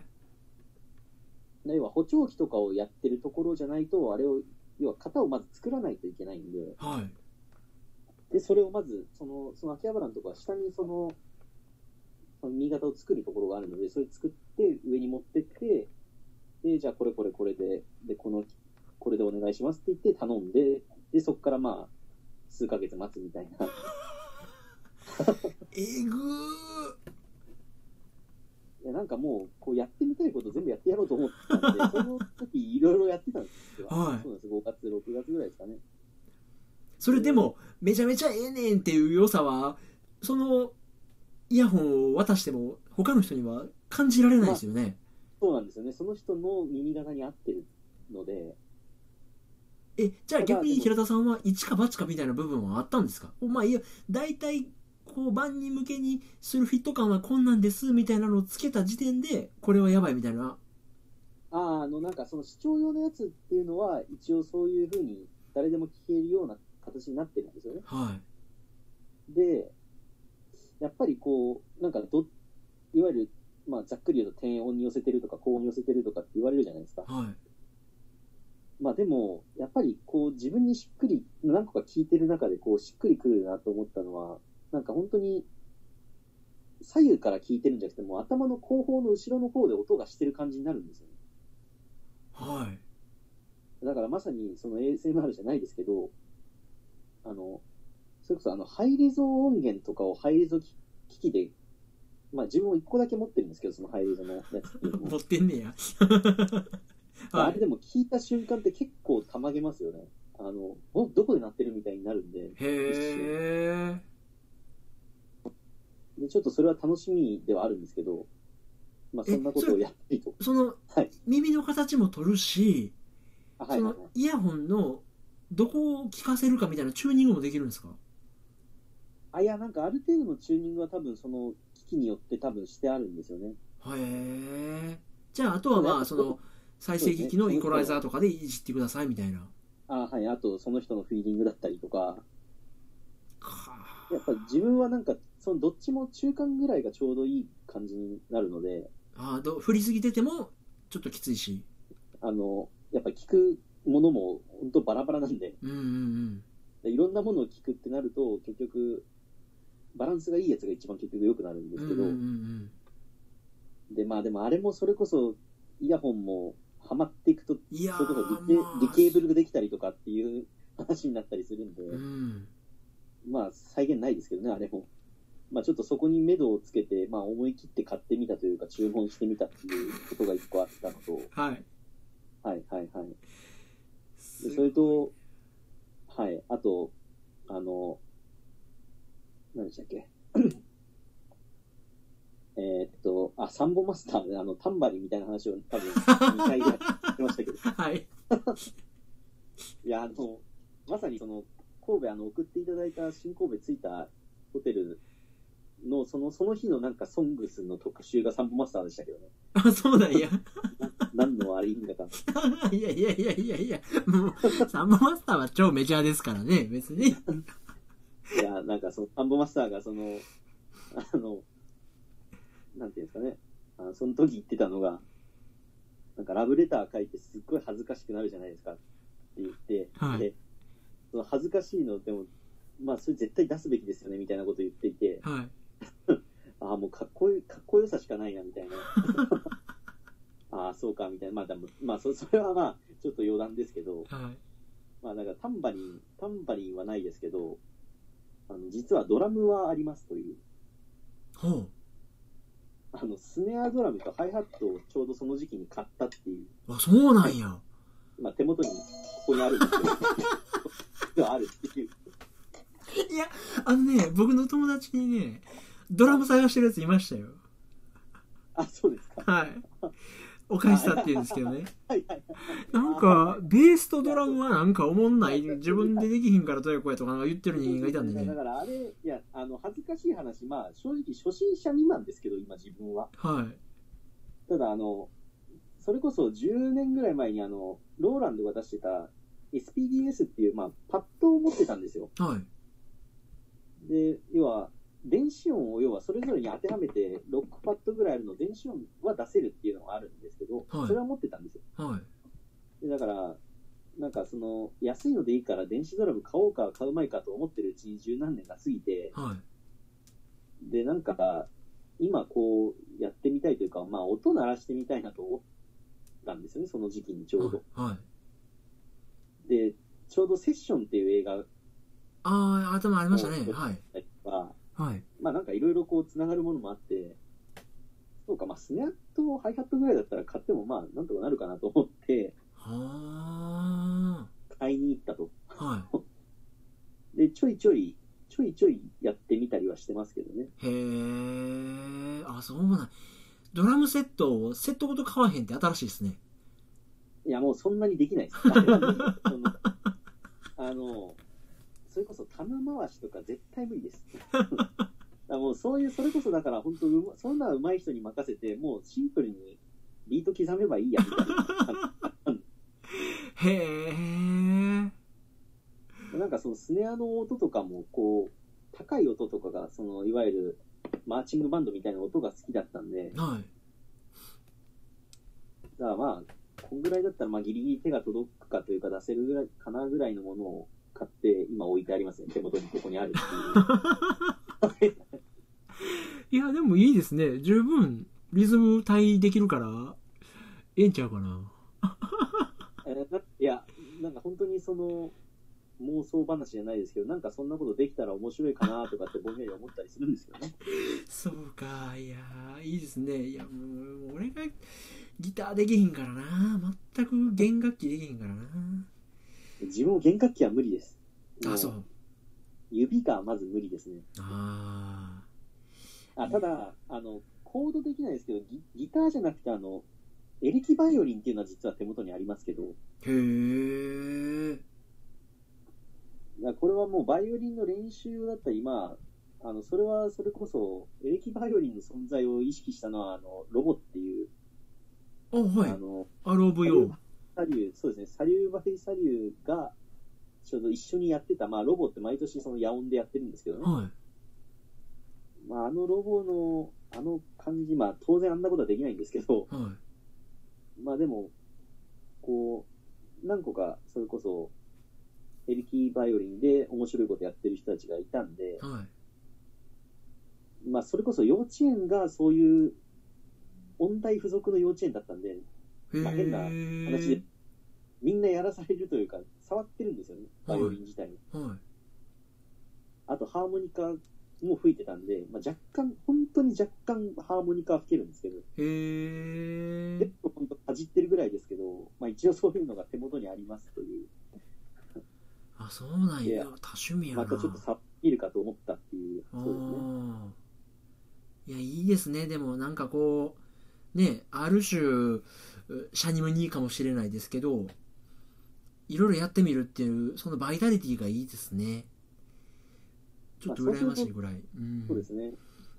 え。要は補聴器とかをやってるところじゃないと、あれを、要は型をまず作らないといけないんで、はい。で、それをまず、その、その秋葉原のとこは下にその、その新潟を作るところがあるので、それ作って上に持ってって、で、じゃあこれこれこれで、で、この、これでお願いしますって言って頼んで、で、そこからまあ、数ヶ月待つみたいな。えぐいやなんかもう、こうやってみたいこと全部やってやろうと思って たんで、その時いろいろやってたんですよ。はいそうなんです。5月、6月ぐらいですかね。それでも、めちゃめちゃええねんっていう良さは、その、イヤホンを渡しても、他の人には感じられないですよね。そうなんですよね。その人の耳型に合ってるので、え、じゃあまあ逆にでも平田さんは、一か八かみたいな部分はあったんですかおまあ、いや、大体、こう、万人向けにするフィット感はこんなんです、みたいなのをつけた時点で、これはやばいみたいな。あーあの、なんかその視聴用のやつっていうのは、一応そういうふうに誰でも聞けるような形になってるんですよね。はで、やっぱりこう、なんかど、いわゆる、まあ、ざっくり言うと低音に寄せてるとか高音に寄せてるとかって言われるじゃないですかい。。はい。まあでも、やっぱりこう自分にしっくり、何個か聞いてる中でこうしっくりくるなと思ったのは、なんか本当に、左右から聞いてるんじゃなくて、もう頭の後方の後ろの方で音がしてる感じになるんですよね。はい。だからまさにその ASMR じゃないですけど、あの、それこそあの、ハイレゾ音源とかをハイレゾ機機器で、まあ自分も一個だけ持ってるんですけど、そのハイレゾのやつっていうのを持ってんね や。まあ はあれい。でも聞いた瞬間って結構たまげますよね。あの、おどこで鳴ってるみたいになるんで、へえ。でちょっとそれは楽しみではあるんですけど、まあそんなことをやったりとか。その、はい耳の形も取るし、あはそいはいのはい。イヤホンのどこを聞かせるかみたいなチューニングもできるんですかあ、いや、なんかある程度のチューニングは多分その機器によって多分してあるんですよね。へえ。じゃあ、あとはまあ、その、再生機器のイコライザーとかでいじってくださいみたいな。あはい、あとその人のフィーリングだったりとか、かやっぱ自分はなんか、そのどっちも中間ぐらいがちょうどいい感じになるので、あーど振りすぎてても、ちょっときついし。あの、やっぱ聞くものも本当バラバラなんで、うんうんうん。でいろんなものを聞くってなると、結局、バランスがいいやつが一番結局良くなるんでうんすうけんうんど、で、まあでもあれもそれこそ、イヤホンもハマっていくと、うん。いやそれこそー、リケまあリケーブルができたりとかっていう話になったりするんで、うん。まあ、再現ないですけどね、あれも。まあ、ちょっとそこに目処をつけて、まあ、思い切って買ってみたというか、注文してみたっていうことが一個あったのと、はい。はいはいはい。でそ れと、はい、あと、あの、何でしたっけ。えーっと、あ、サンボマスターで、あの、タンバリンみたいな話を多分2回ぐらいしてましたけど、はい。いや、あの、まさにその、神戸、あの、送っていただいた新神戸着いたホテルの、その、その日のなんか、ソングスの特集がサンボマスターでしたけどね。あ、そうなんや。 何のあれ意味だか。いやいやいやいやいや、もう、サンボマスターは超メジャーですからね、別に。いや、なんか、その、サンボマスターが、その、あの、なんていうんですかね。あのその時言ってたのが、なんか、ラブレター書いてすっごい恥ずかしくなるじゃないですかって言って、はいで、その恥ずかしいの、でも、まあ、それ絶対出すべきですよね、みたいなこと言っていて、はい。ああ、もうかっこいい、かっこよさしかないな、みた いな。ああ、そうか、みたいな。まあ、でもまあそ、それはまあ、ちょっと余談ですけど、はい。まあ、なんかタンバリン、タンバリンはないですけど、あの、実はドラムはありますという。ほ。あの、スネアドラムとハイハットをちょうどその時期に買ったっていうあ、そうなんや。う、まあ、手元に、ここにあるんですけど、で はあるっていう。いや、あのね、僕の友達にね、ドラム探してるやついましたよ。あ、そうですか。はい。お返したって言うんですけどね。はいはいはい。なんか、ベースとドラムはなんかおもんない、自分でできひんからどうやこうやとかなんか言ってる人間がいたんでだね。からあれ、いや、あの、恥ずかしい話、まあ、正直初心者未満ですけど、今自分は。はい。ただ、あの、それこそ10年ぐらい前に、あの、ローランドが出してた SPDS っていう、まあ、パッドを持ってたんですよ。はい。で、要は、電子音を要はそれぞれに当てはめて、ロックパッドぐらいあるの、電子音は出せるっていうのがあるんですけど、はいそれは持ってたんですよ。はい。でだから、なんかその、安いのでいいから電子ドラム買おうか買うまいかと思ってるうちに十何年が過ぎて、はい。で、なんか、今こうやってみたいというか、まあ音鳴らしてみたいなと思ったんですよね、その時期にちょうど。はい。で、ちょうどセッションっていう映画だっああ、頭ありましたね。はい。たりとか、はい。まあなんかいろいろこう繋がるものもあって、そうか、まあスネアとハイハットぐらいだったら買ってもまあなんとかなるかなと思っては買いに行ったと。あ。はい。で、ちょいちょい、ちょいちょいやってみたりはしてますけどね。へえ、あ、そうなん。ドラムセットをセットごと買わへんって新しいですね。いやもうそんなにできないです。あれは無理ですそのあの、それこそ玉回しとか絶対無理です。だからもうそういう、それこそだから本当うま、そんな上手い人に任せて、もうシンプルにビート刻めばいいやみたいな。へえ、なんかそのスネアの音とかも、こう、高い音とかが、その、いわゆる、マーチングバンドみたいな音が好きだったんで、はい。だからまあ、こんぐらいだったら、まあ、ギリギリ手が届くかというか、出せるぐらいかなぐらいのものを買って、今置いてありますね。手元にここにあるっていう。いや、でもいいですね。十分、リズム対できるから、ええんちゃうかな。 えーないや、なんか本当にその、妄想話じゃないですけど、なんかそんなことできたら面白いかなとかってぼんやり思ったりするんですけどね。そうか、いやー、いいですね。いや、もう、もう俺がギターできひんからな。全く弦楽器できひんからな。自分も弦楽器は無理です。もあ、そう。指がまず無理ですね。ああ、ただ、あの、コードできないですけど、ギギターじゃなくて、あの、エレキバイオリンっていうのは実は手元にありますけど、ー。へえ。だからこれはもうバイオリンの練習だったり、まあ、あの、それはそれこそ、エレキバイオリンの存在を意識したのは、あの、ロボっていう、あ、はあい。の、 ROVO。サリュー、そうですね、サリューバイサリューが、ちょうど一緒にやってた、まあ、ロボって毎年その野音でやってるんですけどね。はい。まあ、あのロボの、あの感じ、まあ、当然あんなことはできないんですけど、はい。まあでも、こう、何個か、それこそ、エレキバイオリンで面白いことやってる人たちがいたんで、はい。まあそれこそ幼稚園がそういう、音大附属の幼稚園だったんで、へまあ変な話でえ。みんなやらされるというか、触ってるんですよね、バイオリン自体に。はい。あとハーモニカも吹いてたんで、まあ若干、本当に若干ハーモニカは吹けるんですけど、へ結え。構本当かじってるぐらいですけど、まあ一応そういうのが手元にありますという。あ、そうなんいや。や多趣味やな。またちょっとさっきるかと思ったっていう、あそうですね。ーいや、いいですね。でも、なんかこう、ね、ある種、うシャニムニーかもしれないですけど、いろいろやってみるっていう、そのバイタリティがいいですね。ちょっとまあ羨ましそういするぐらい。うんそうですね。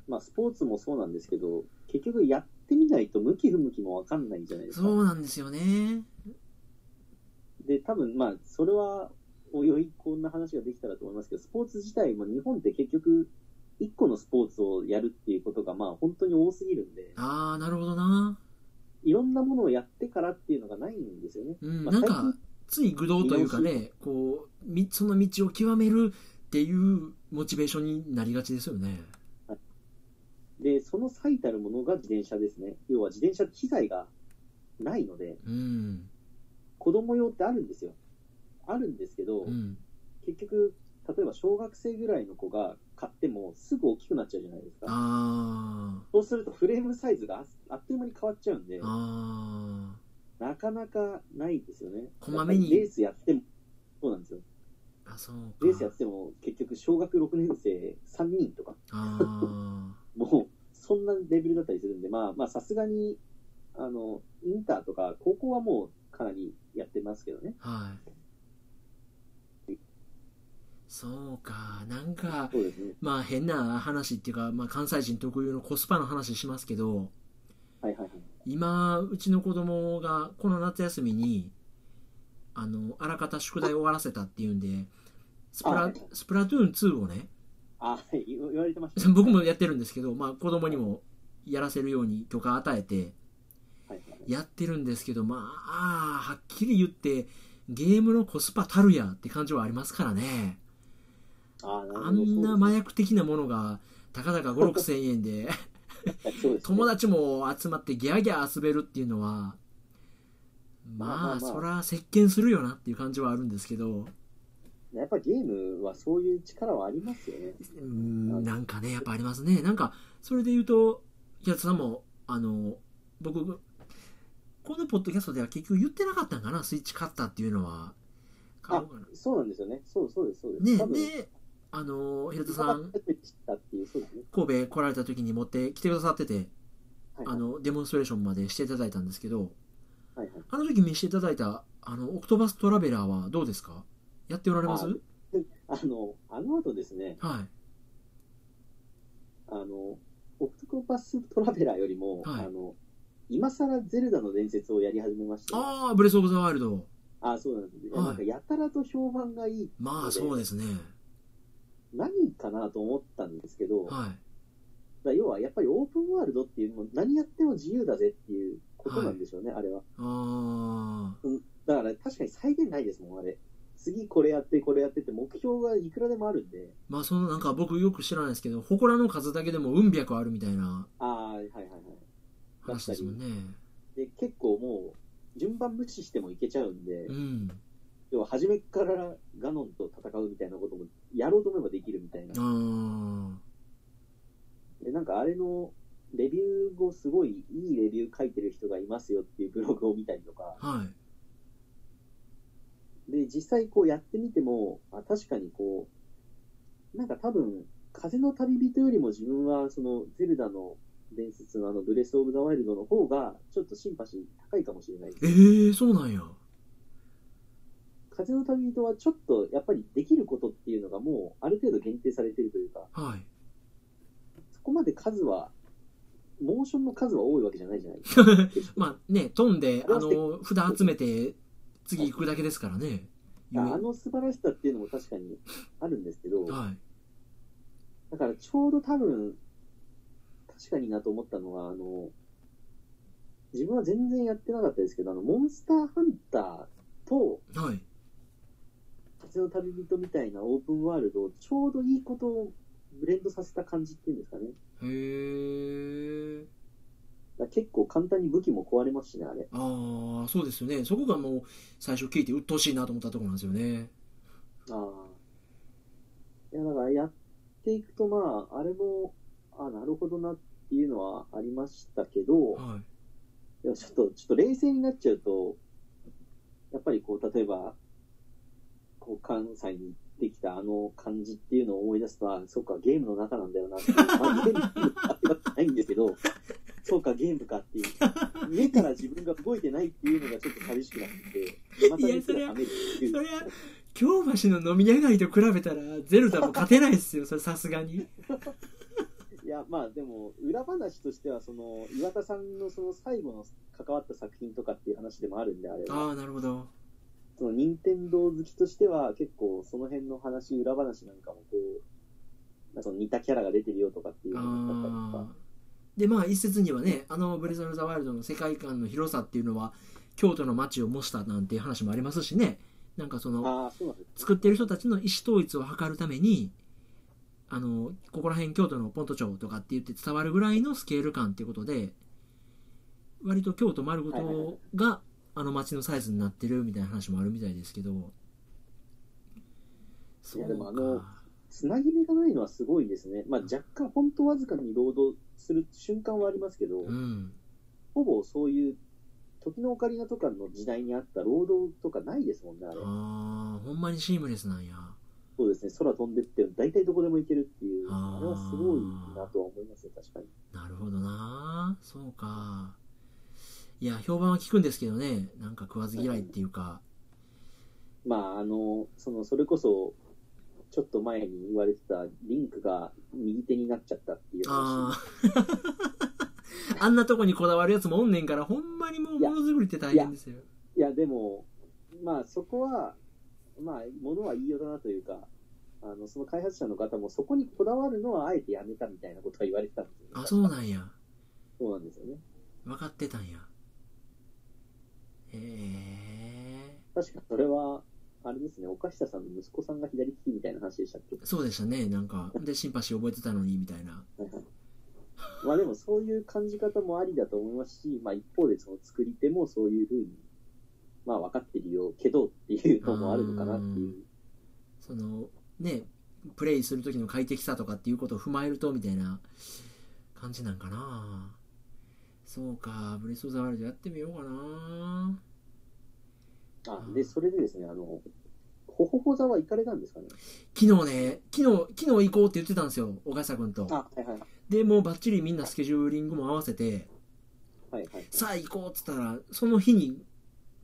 まあ、スポーツもそうなんですけど、結局やってみないと向き不向きもわかんないんじゃないですそか。うなんですよね。で、多分、まあ、それは、およいこんな話ができたらと思いますけど、スポーツ自体も日本って結局、一個のスポーツをやるっていうことが、まあ、本当に多すぎるんで、ああ、なるほどな。いろんなものをやってからっていうのがないんですよね。うん、まあなん最か近、つい愚道というかね、こう、みその道を極めるっていうモチベーションになりがちですよね。で、その最たるものが自転車ですね。要は自転車機材がないので、うん。子供用ってあるんですよ。あるんですけど、うん。結局、例えば小学生ぐらいの子が買ってもすぐ大きくなっちゃうじゃないですか。ああ。そうするとフレームサイズがああっという間に変わっちゃうんで、あなかなかないですよね。こまめにやっぱりレースやっても、そうなんですよ。ーあ、そうか。レースやっても結局小学6年生3人とか、あーもうそんなレベルだったりするんで、まあまあさすがに、あの、インターとか高校はもうかなりやってますけどね。はい。そうか。なんか、そうですね。まあ変な話っていうか、まあ関西人特有のコスパの話しますけど、はいはいはい。今、うちの子供がこの夏休みに、あの、あらかた宿題終わらせたっていうんで、スプはラいスプラトゥーン2をね、 あ、はい、言言われてました、僕もやってるんですけど、まあ子供にもやらせるように許可与えて、はいはいはいやってるんですけどまあはっきり言ってゲームのコスパたるやって感じはありますからねああんな麻薬的なものがたかだか5 6千円で友達達も集まってギャーギャー遊べるっていうのはまあまあまあそら席巻するよなっていう感じはあるんですけどやっぱゲームはそういう力はありますよね。うーんなんかねやっぱありますねなんかそれで言うと平田さんもあの僕このポッドキャストでは結局言ってなかったんかなスイッチ買ったっていうのは買おうかなそうなんですよね。そうそうです、そうです。ね多分、で、あのー、平田さん、初めて知ったっていう、そうですね。神戸来られた時に持って来てくださってて、はい、あ、の、デモンストレーションまでしていただいたんですけど、はいはい。あの時見せていただいた、あの、オクトバストラベラーはどうですかやっておられますああの、あの後ですね、はい。あの、オクトパストラベラーよりも、はいあの、今更ゼルダの伝説をやり始めまして、あああ、ブレスオブザワイルド。あ、そうなんです、ねはいなんかやたらと評判がいい、まあ、そうですね。何かなと思ったんですけど、だかはい。ら要はやっぱりオープンワールドっていうのも、何やっても自由だぜっていうことなんでしょうね、あれは。ああ、だから確かに再現ないですもん、あれ。次これやって、これやってって、目標がいくらでもあるんで、まあそのなんか僕よく知らないですけど祠の数だけでもうん百あるみたいなああ、はいはいはい。話ですもんねで、結構もう、順番無視してもいけちゃうんでう、ん要は初めからガノンと戦うみたいなことも、やろうと思えばできるみたいな。あで、なんかあれの、レビュー後すごいいいレビュー書いてる人がいますよっていうブログを見たりとか、あはいで、実際こうやってみても、あ確かにこう、なんか多分、風の旅人よりも自分は、その、ゼルダの伝説のあの、ブレス・オブ・ザ・ワイルドの方が、ちょっとシンパシー高いかもしれない。ええー、そうなんや風の旅人はちょっと、やっぱりできることっていうのがもう、ある程度限定されてるというか、はいそこまで数は、モーションの数は多いわけじゃないじゃないですか。まあね飛んであの札集めて次行くだけですからねあの素晴らしさっていうのも確かにあるんですけど、はいだからちょうど多分、確かになと思ったのは、あの、自分は全然やってなかったですけど、あの、モンスターハンターと、はい風の旅人みたいなオープンワールドをちょうどいいことをブレンドさせた感じっていうんですかね。へえだから結構簡単に武器も壊れますしね、あれ。ああそうですよねそこがもう最初聞いて鬱陶しいなと思ったところなんですよねああ。いや、だからやっていくと、まあ、あれも、あなるほどなっていうのはありましたけど、はいでもちょっと、ちょっと冷静になっちゃうと、やっぱりこう、例えば、こう、関西に行ってきたあの感じっていうのを思い出すと、あ、そうか、ゲームの中なんだよなっ ていう、まあ、ゲームの中ないんですけど、そうか、ゲームかっていう、目から自分が動いてないっていうのがちょっと寂しくなってきて、またいや熱が冷めるっていうそ。りゃ京橋の飲み屋街と比べたらゼルダも勝てないっすよそれさすがにいや、まあでも、裏話としては、その、岩田さんのその最後の関わった作品とかっていう話でもあるんで、あれは。ああなるほどその任天堂好きとしては結構その辺の話、裏話なんかもこう、まあその似たキャラが出てるよとかっていうあのがあったりとーか、でまあ一説にはねあの「ブレザル・ザ・ワイルド」の世界観の広さっていうのは京都の街を模したなんていう話もありますしねなんかそのああー、そうなんですね作ってる人たちの意思統一を図るためにあのここら辺京都のポント町とかって言って伝わるぐらいのスケール感っていうことで割と京都丸ごはいはいはいとがあの街のサイズになってるみたいな話もあるみたいですけどそいうやかでもあのつなぎ目がないのはすごいですね。まあ若干、ほんとわずかに労働する瞬間はありますけど、うんほぼそういう、時のオカリナとかの時代にあった労働とかないですもんね、ああれ。あほんまにシームレスなんやそうですね、空飛んでって、大体どこでも行けるっていう、あーあれはすごいなとは思いますね、確かに。なるほどなそうかいや評判は聞くんですけどねなんか食わず嫌いっていうか、まあ、あの、その、それこそ、ちょっと前に言われてた、リンクが右手になっちゃったっていう話。あ ああんなとこにこだわるやつもおんねんからほんまにもうものづくりって大変ですよいや、でも、まあ、そこは、まあ、ものは言いようだなというか、あの、その開発者の方もそこにこだわるのはあえてやめたみたいなことは言われてたんですよね、あそうなんやそうなんですよね。分かってたんやへえ確かそれは、あれですね、岡下さんの息子さんが左利きみたいな話でしたっけそうでしたねなんかでシンパシー覚えてたのにみたいなまあでもそういう感じ方もありだと思いますし、まあ一方でその作り手もそういうふうに、まあ分かってるよけどっていうのもあるのかなっていう。そのねプレイする時の快適さとかっていうことを踏まえるとみたいな感じなんかなそうかブレス・オブ・ザ・ワールドやってみようかなあ、で、それでですね、あの、ほほほ座は行かれたんですかね昨日ね昨日昨日行こうって言ってたんですよ小笠君とあ、はいはい。でもうバッチリみんなスケジューリングも合わせてはいはい。さあ行こうっつったらその日に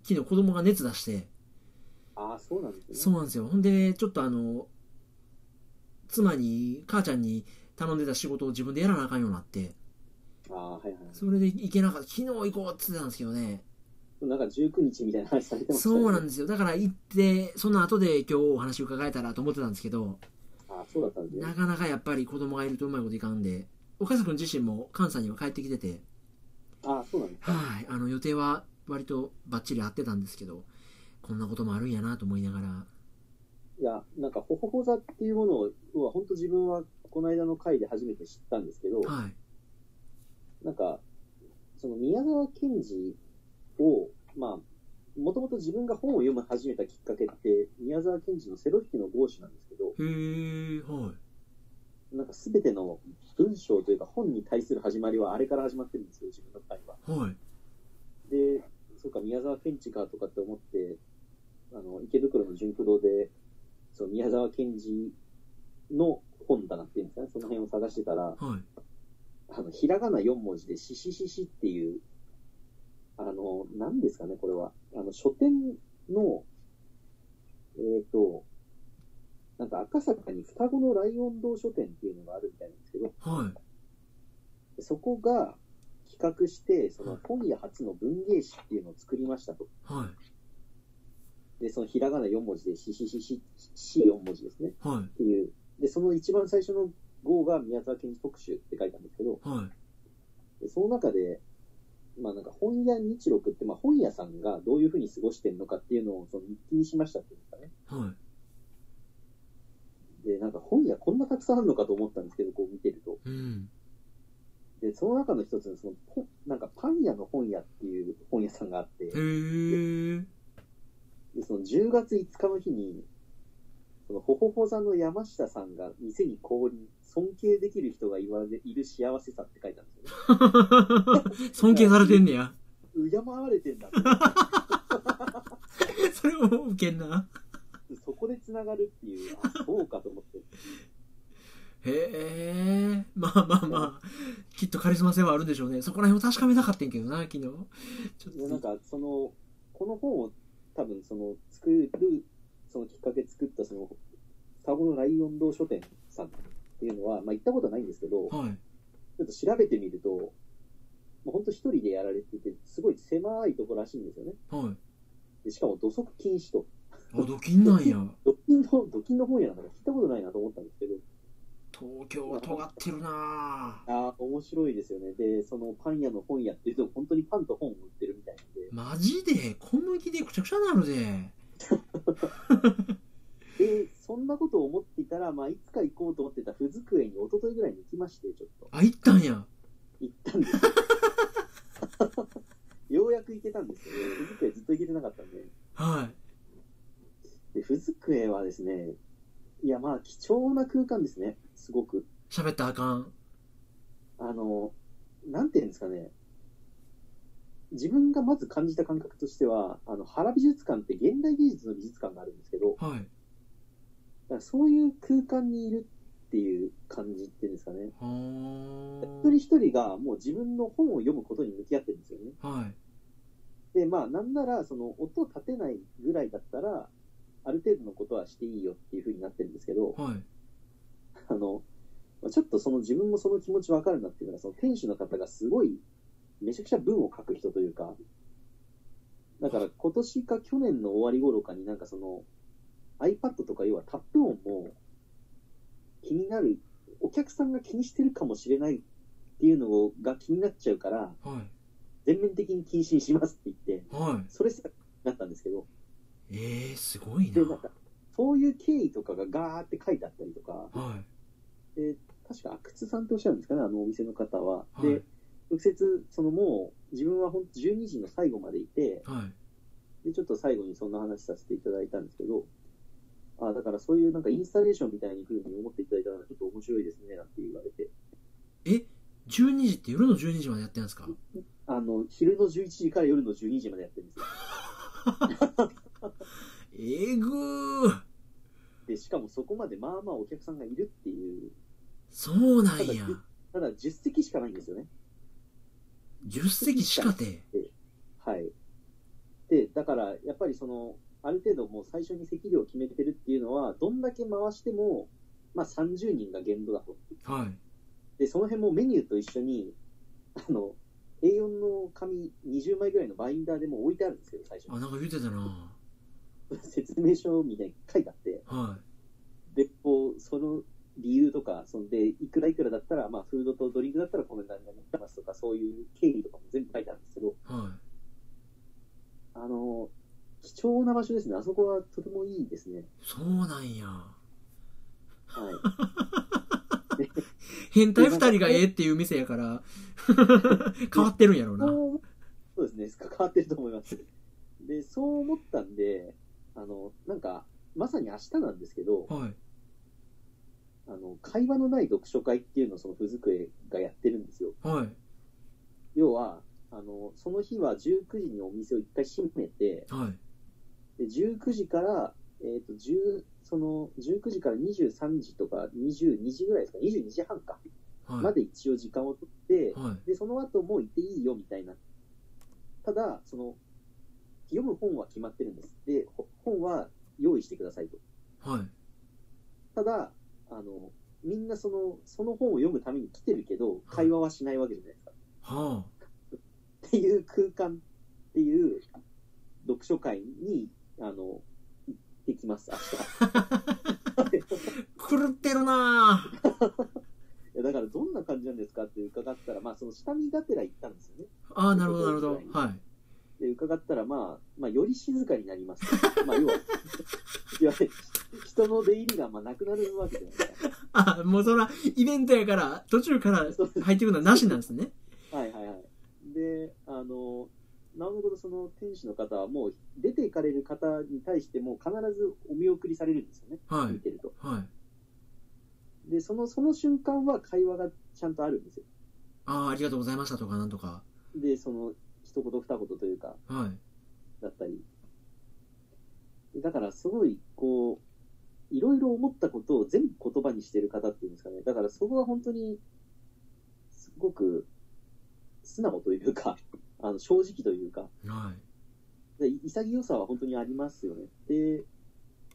昨日子供が熱出してあ、そうなんですそね。うなんですよほんでちょっとあの妻に母ちゃんに頼んでた仕事を自分でやらなあかんようになってあ、はいはい。それで行けなかった昨日行こうって言ってたんですけどねなんか19日みたいな話されてましたねそうなんですよだから行ってその後で今日お話伺えたらと思ってたんですけどあ、そうだったんですねな。かなかやっぱり子供がいるとうまいこといかんで岡崎君自身も関西には帰ってきててあ、そうなんですか。はいあの予定は割とバッチリ合ってたんですけどこんなこともあるんやなと思いながらいや、なんか、ホホホ座っていうものを、要は本当自分はこの間の回で初めて知ったんですけど、はい。なんか、その宮沢賢治を、まあ、もともと自分が本を読む始めたきっかけって、宮沢賢治のセロ引きの豪手なんですけど、へえ、はなんか全ての文章というか本に対する始まりはあれから始まってるんですよ、自分の場合は。い。はい。で、そうか、宮沢賢治かとかって思って、あの、池袋の純不動で、その宮沢賢治の本だなっていうんですかね、その辺を探してたら、はい。あの、ひらがな4文字で、ししししっていう、あの、何ですかね、これは。あの、書店の、えっ、と、なんか赤坂に双子のライオン堂書店っていうのがあるみたいなんですけど、はい。そこが企画して、そはのい本屋初の文芸誌っていうのを作りましたと。はい。で、そのひらがな4文字で、しししし、し4文字ですね。はい。っていう。で、その一番最初の号が宮沢賢治特集って書いたんですけど、はい。でその中で、まあなんか本屋日録って、まあ本屋さんがどういうふうに過ごしてるのかっていうのをその日記にしましたっていうんですかね。はい。で、なんか本屋こんなたくさんあるのかと思ったんですけど、こう見てると。うん。で、その中の一つにその、ポなんかパン屋の本屋っていう本屋さんがあって、へえ。で、その10月5日の日に、そのほほほ座の山下さんが店に降臨、尊敬できる人が言われいる幸せさって書いたんですよね。 尊敬されてんねや。 敬われてんだって。それもウケんな。そこで繋がるっていう、あ、そうかと思って。へえ。まあまあまあ、きっとカリスマ性はあるんでしょうね。そこら辺を確かめたかってんけどな、昨日。ちょっいやと。なんかそのこの本を多分その作るそのきっかけ作ったその双子のライオン堂書店さんっていうのは、まあ、行ったことはないんですけどちょはい。っと調べてみるともう本当一人でやられててすごい狭いところらしいんですよねはい。でしかも土足禁止とあ、ドキンなんや。ドキンのドキンの本屋なんか聞いたことないなと思ったんですけど東京は尖ってるなぁああ面白いですよねでそのパン屋の本屋っていうと本当にパンと本を売ってるみたいなんでマジで小麦でくちゃくちゃなるぜ。で、そんなことを思っていたら、まあ、いつか行こうと思ってた不机に一昨日ぐらいに行きまして、ちょっと。あ、行ったんや。行ったんです よ。ようやく行けたんですけど、不机ずっと行けてなかったんで。はい。で、不机はですね、いや、まあ、貴重な空間ですね。すごく。喋ったらあかん。あの、なんていうんですかね。自分がまず感じた感覚としては、あの、原美術館って現代美術の美術館があるんですけど、はい。だからそういう空間にいるっていう感じっていうんですかね。はー一人一人がもう自分の本を読むことに向き合ってるんですよね。はい。で、まあ、なんなら、その、音を立てないぐらいだったら、ある程度のことはしていいよっていうふうになってるんですけど、 はい。あの、まあちょっとその自分もその気持ちわかるなっていうのが、その店主の方がすごい、めちゃくちゃ文を書く人というか、だから今年か去年の終わり頃かになんかその、iPad とか要はタップ音も気になる、お客さんが気にしてるかもしれないっていうのをが気になっちゃうから、はい。全面的に禁止にしますって言って、はい。それすらなったんですけど、えー、すごいで、な。なんか、そういう経緯とかがガーって書いてあったりとか、はい。で、確か阿久津さんっておっしゃるんですかね、あのお店の方は。はでい、直接、そのもう、自分は本当12時の最後までいて、はい。で、ちょっと最後にそんな話させていただいたんですけど、あだからそういうなんかインスタレーションみたいに風に思っていただいたのがちょっと面白いですね、なんて言われて。 12時って夜の12時までやってるんですかあの、昼の11時から夜の12時までやってるんですよ。えぐー。で、しかもそこまでまあまあお客さんがいるっていう、そうなんや。ただ10席しかないんですよね。 10席しかて。はい。で、だから、やっぱりその、ある程度もう最初に席料を決めてるっていうのは、どんだけ回しても、まあ30人が限度だと。はい。で、その辺もメニューと一緒に、あの、A4 の紙20枚ぐらいのバインダーでもう置いてあるんですけど、最初あ、なんか言ってたな。説明書みたいに書いてあって、はで、こう、その理由とか、そんで、いくらいくらだったら、まあ、フードとドリンクだったらこの値段になりますとか、そういう経緯とかも全部書いてあるんですけど、い。はあの、貴貴重な場所ですね。あそこはとてもいいですね。そうなんや。はい。変態二人がええっていう店やから、 変わってるんやろうな。そうそうですね、変わってると思います。で、そう思ったんで、あの、なんか、まさに明日なんですけど、はい。あの、会話のない読書会っていうのをその、ふずくえがやってるんですよ。はい。要は、あの、その日は19時にお店を一回閉めて、はい。で、19時から、えっ、と、10、その、19時から23時とか22時ぐらいですか、22時半か、はい。まで一応時間を取って、はい。で、その後もう行っていいよみたいな。ただ、その、読む本は決まってるんです。で、ほ本は用意してくださいと。はい。ただ、あの、みんなその、その本を読むために来てるけど、会話はしないわけじゃないですか。はっていう空間っていう読書会に、あの、行ってきます、明日。いあ。狂ってるなぁ。やだからどんな感じなんですかって伺ったら、まあその下見がてら行ったんですよね。ああ、なるほど、なるほど。はい。で、伺ったら、まあ、まあ、より静かにな りますと。まあ、要は、いわゆる人の出入りが、まあ、なくなるわけじゃないですか。ああ、もうそら、イベントやから、途中からそう入ってくるのはなしなんですね。はいはいはい。で、あの、なおのことその店主の方はもう出ていかれる方に対しても必ずお見送りされるんですよね。は見い。てると。はい。で、その、その瞬間は会話がちゃんとあるんですよ。ああ、ありがとうございましたとか、なんとか。で、その、一言二言というか、はい。だったり。だから、すごい、こう、いろいろ思ったことを全部言葉にしてる方っていうんですかね。だから、そこは本当に、すごく、素直というか、 あの、正直というか、はで潔さは本当にありますよね。で、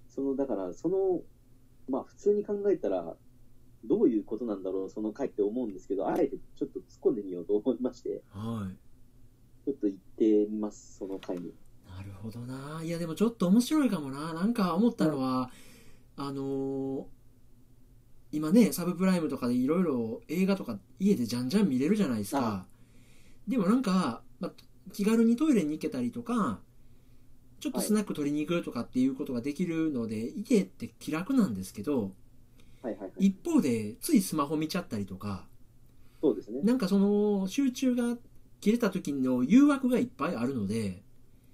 その、だから、その、まあ、普通に考えたら、どういうことなんだろう、その回って思うんですけど、あえてちょっと突っ込んでみようと思いまして、い。はい。ちょっと行ってみます、その回に。なるほどな。いや、でもちょっと面白いかもな。なんか思ったのは、あのー今ね、サブプライムとかでいろいろ映画とか家でじゃんじゃん見れるじゃないですかあ。でもなんか、まあ、気軽にトイレに行けたりとか、ちょっとはいスナック取りに行くとかっていうことができるので、家って気楽なんですけど、はいはいはい。一方でついスマホ見ちゃったりとか、そうですね。なんかその集中が切れた時の誘惑がいっぱいあるので、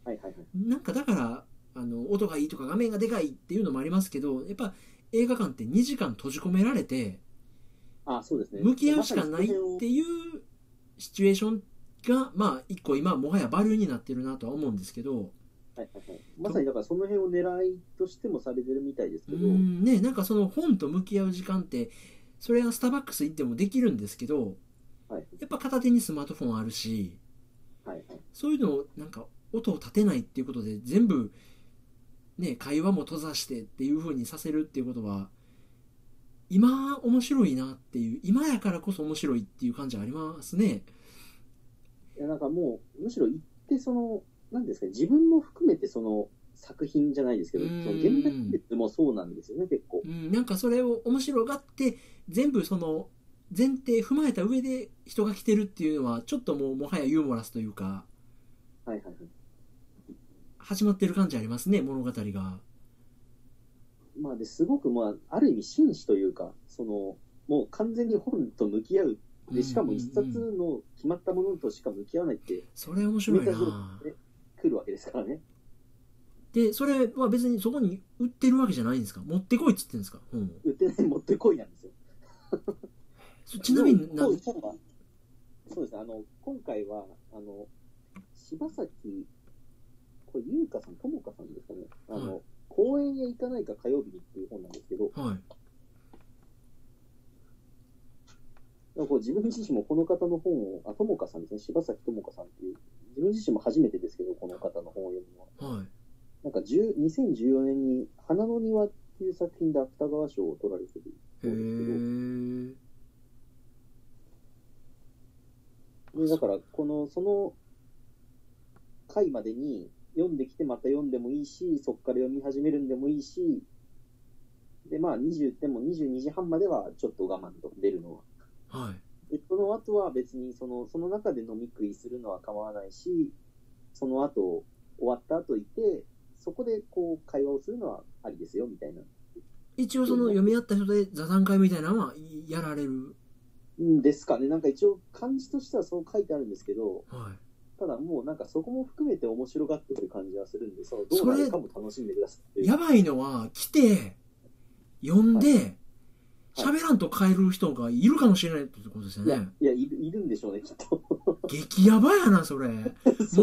はいはいはい。なんかだからあの音がいいとか画面がでかいっていうのもありますけどやっぱ映画館って2時間閉じ込められてあ、そうですね。向き合うしかないっていうシチュエーションがまあ一個今もはやバリューになってるなとは思うんですけどはいはいはい。まさにだからその辺を狙いとしてもされてるみたいですうけーど、んねなんかその本と向き合う時間ってそれはスターバックス行ってもできるんですけどはいやっぱ片手にスマートフォンあるしはいはい。そういうのをなんか音を立てないっていうことで全部ね会話も閉ざしてっていう風にさせるっていうことは今面白いなっていう今やからこそ面白いっていう感じありますねいやなんかもう、むしろ行ってその、なんですかね、自分も含めてその作品じゃないですけど、うそんの現代別もそうなんですよね、結構。うんなんかそれを面白がって全部その前提踏まえた上で人が来てるっていうのはちょっともうもはやユーモラスというかはいはいはい。始まってる感じありますね物語がまあですごくまあ、ある意味紳士というか、その、もう完全に本と向き合う。で、しかも一冊うんうんうんの決まったものとしか向き合わないってそれ面白いメタフなロ来るわけですからね。でそれは別にそこに売ってるわけじゃないんですか持ってこいっつってんですか本を売ってない、持ってこいなんですよ。そちなみになそうそうそうそうですね、あの、今回は、あの、柴崎、これ、優香さん、ともかさんですかね、あの、はい公園へ行かないか火曜日にっていう本なんですけど、はい。なんかこう自分自身もこの方の本を、あ、ともかさんですね、柴崎ともかさんっていう、自分自身も初めてですけど、この方の本を読むのは、はい。なんか10 2014年に、花の庭っていう作品で芥川賞を取られてるへそうですけど、え。でだから、この、その回までに読んできてまた読んでもいいし、そこから読み始めるんでもいいし、で、まあ20でも22時半まではちょっと我慢と出るのは。はい。で、その後は別にその、その中で飲み食いするのは構わないし、その後、終わった後いて、そこでこう会話をするのはありですよみたいな。一応その読み合った人で座談会みたいなのはやられる。うんですかね。なんか一応漢字としてはそう書いてあるんですけど、はただもうなんかそこも含めて面白がってる感じはするんで、そのどうなるかも楽しんでくださいってい。いう。やばいのは、来て、呼んで、はい喋らんと帰る人がいるかもしれないってことですよいやね。、いやいるいるんでしょうね、きっと。 激ヤバやな、 それ。も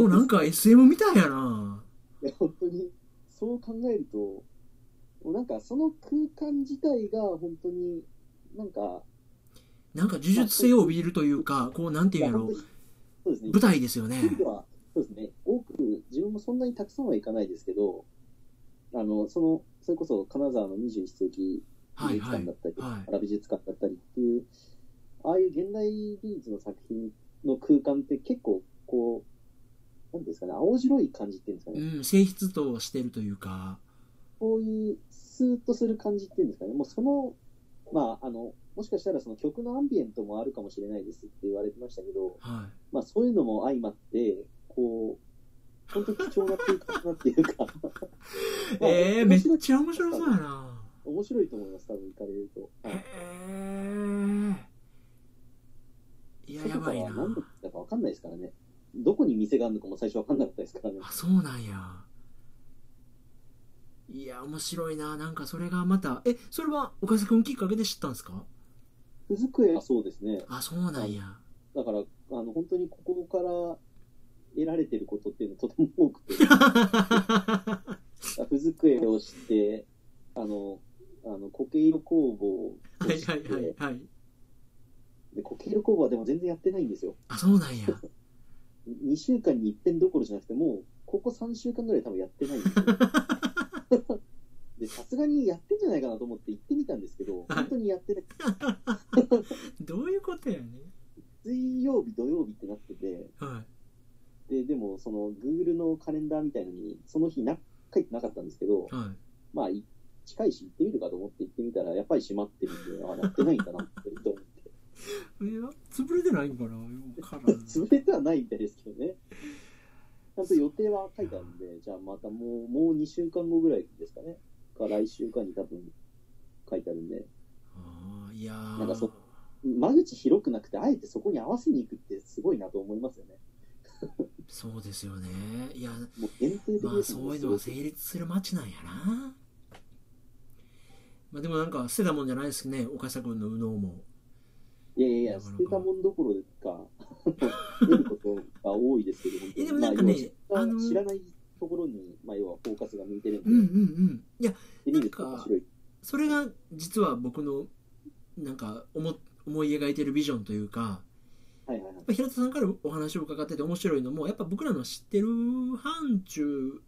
うなんか SM みたいやな。いや、本当に、そう考えると、もうなんかその空間自体が本当に、なんか、なんか呪術性を帯びるというか、こうなんていいうやんやろ本当、にそうですね、舞台ですよね。頻度は、そうですね、多く、自分もそんなにたくさんはいかないですけど、あの、その、それこそ金沢の21世紀美はい術は館いだ。ったり、は原美術館だったりっていう、ああいう現代美術の作品の空間って結構、こう、なんていうんですかね、青白い感じっていうんですかねい。う、ん、性質としてるというか、こういうスーッとする感じっていうんですかね、もうその、まあ、あの、もしかしたらその曲のアンビエントもあるかもしれないですって言われてましたけど、はまあそういうのも相まって、こう、本当に貴重な空間だなっていうか、 い。まあえー、め面っ白いちゃ面白そうやな。面白いと思います、多分行かれると。へはいえ。いや、やばい外からは何なだ。ったかわかんないですからね。どこに店があるのかも最初わかんなかったですからね。あ、そうなんや。いや、面白いな。なんかそれがまた、え、それは岡瀬くんきっかけで知ったんですかくずくえはそうですね。あ、そうなん や。だから、あの、本当にここから得られてることっていうのはとても多 くて。ふずくえをして、あの、あの、苔色工房はをいして、はいはいはい。で苔色工房はでも全然やってないんですよ。あ、そうなんや。 2週間に1遍どころじゃなくて、もう、ここ3週間ぐらい多分やってないんですよ。 で、さすがにやってんじゃないかなと思って行ってみたんですけど、い本当にやってない。どういうことやね。水曜日、土曜日ってなってて、はで、でも、その、Google のカレンダーみたいのに、その日な、書いてなかったんですけどい。、はい。まあ、い近いし行ってみるかと思って行ってみたら、やっぱり閉まってるんで、あ、やってないんだなって思って。えー、潰れてないんかなよくわからん 潰れてはないみたいですけどね。ちゃんと予定は書いてあるんで、じゃあまたもう、もう2週間後ぐらいですかね。か来週間に多分書いてあるんで、あーいやーなんかそ間口広くなくて、あえてそこに合わせに行くってすごいなと思いますよね。そうですよね。いや、もう限定的まあですそうもんいねうのが成立する街なんやな。まあでもなんか捨てたもんじゃないですね、岡下君の右脳も。いやいやいや、なか捨なかてたもんどころか、 得ることが多いですけど、本当いやにでもなんかねまああ要のは知らないところに、まあ、要はフォーカスが向いてるんで、うんうんうん。いや、で見ると面白い。それが実は僕のなんか思思い描いてるビジョンというか、はいはいはいま。あ平田さんからお話を伺ってて面白いのも、やっぱ僕らの知ってる範疇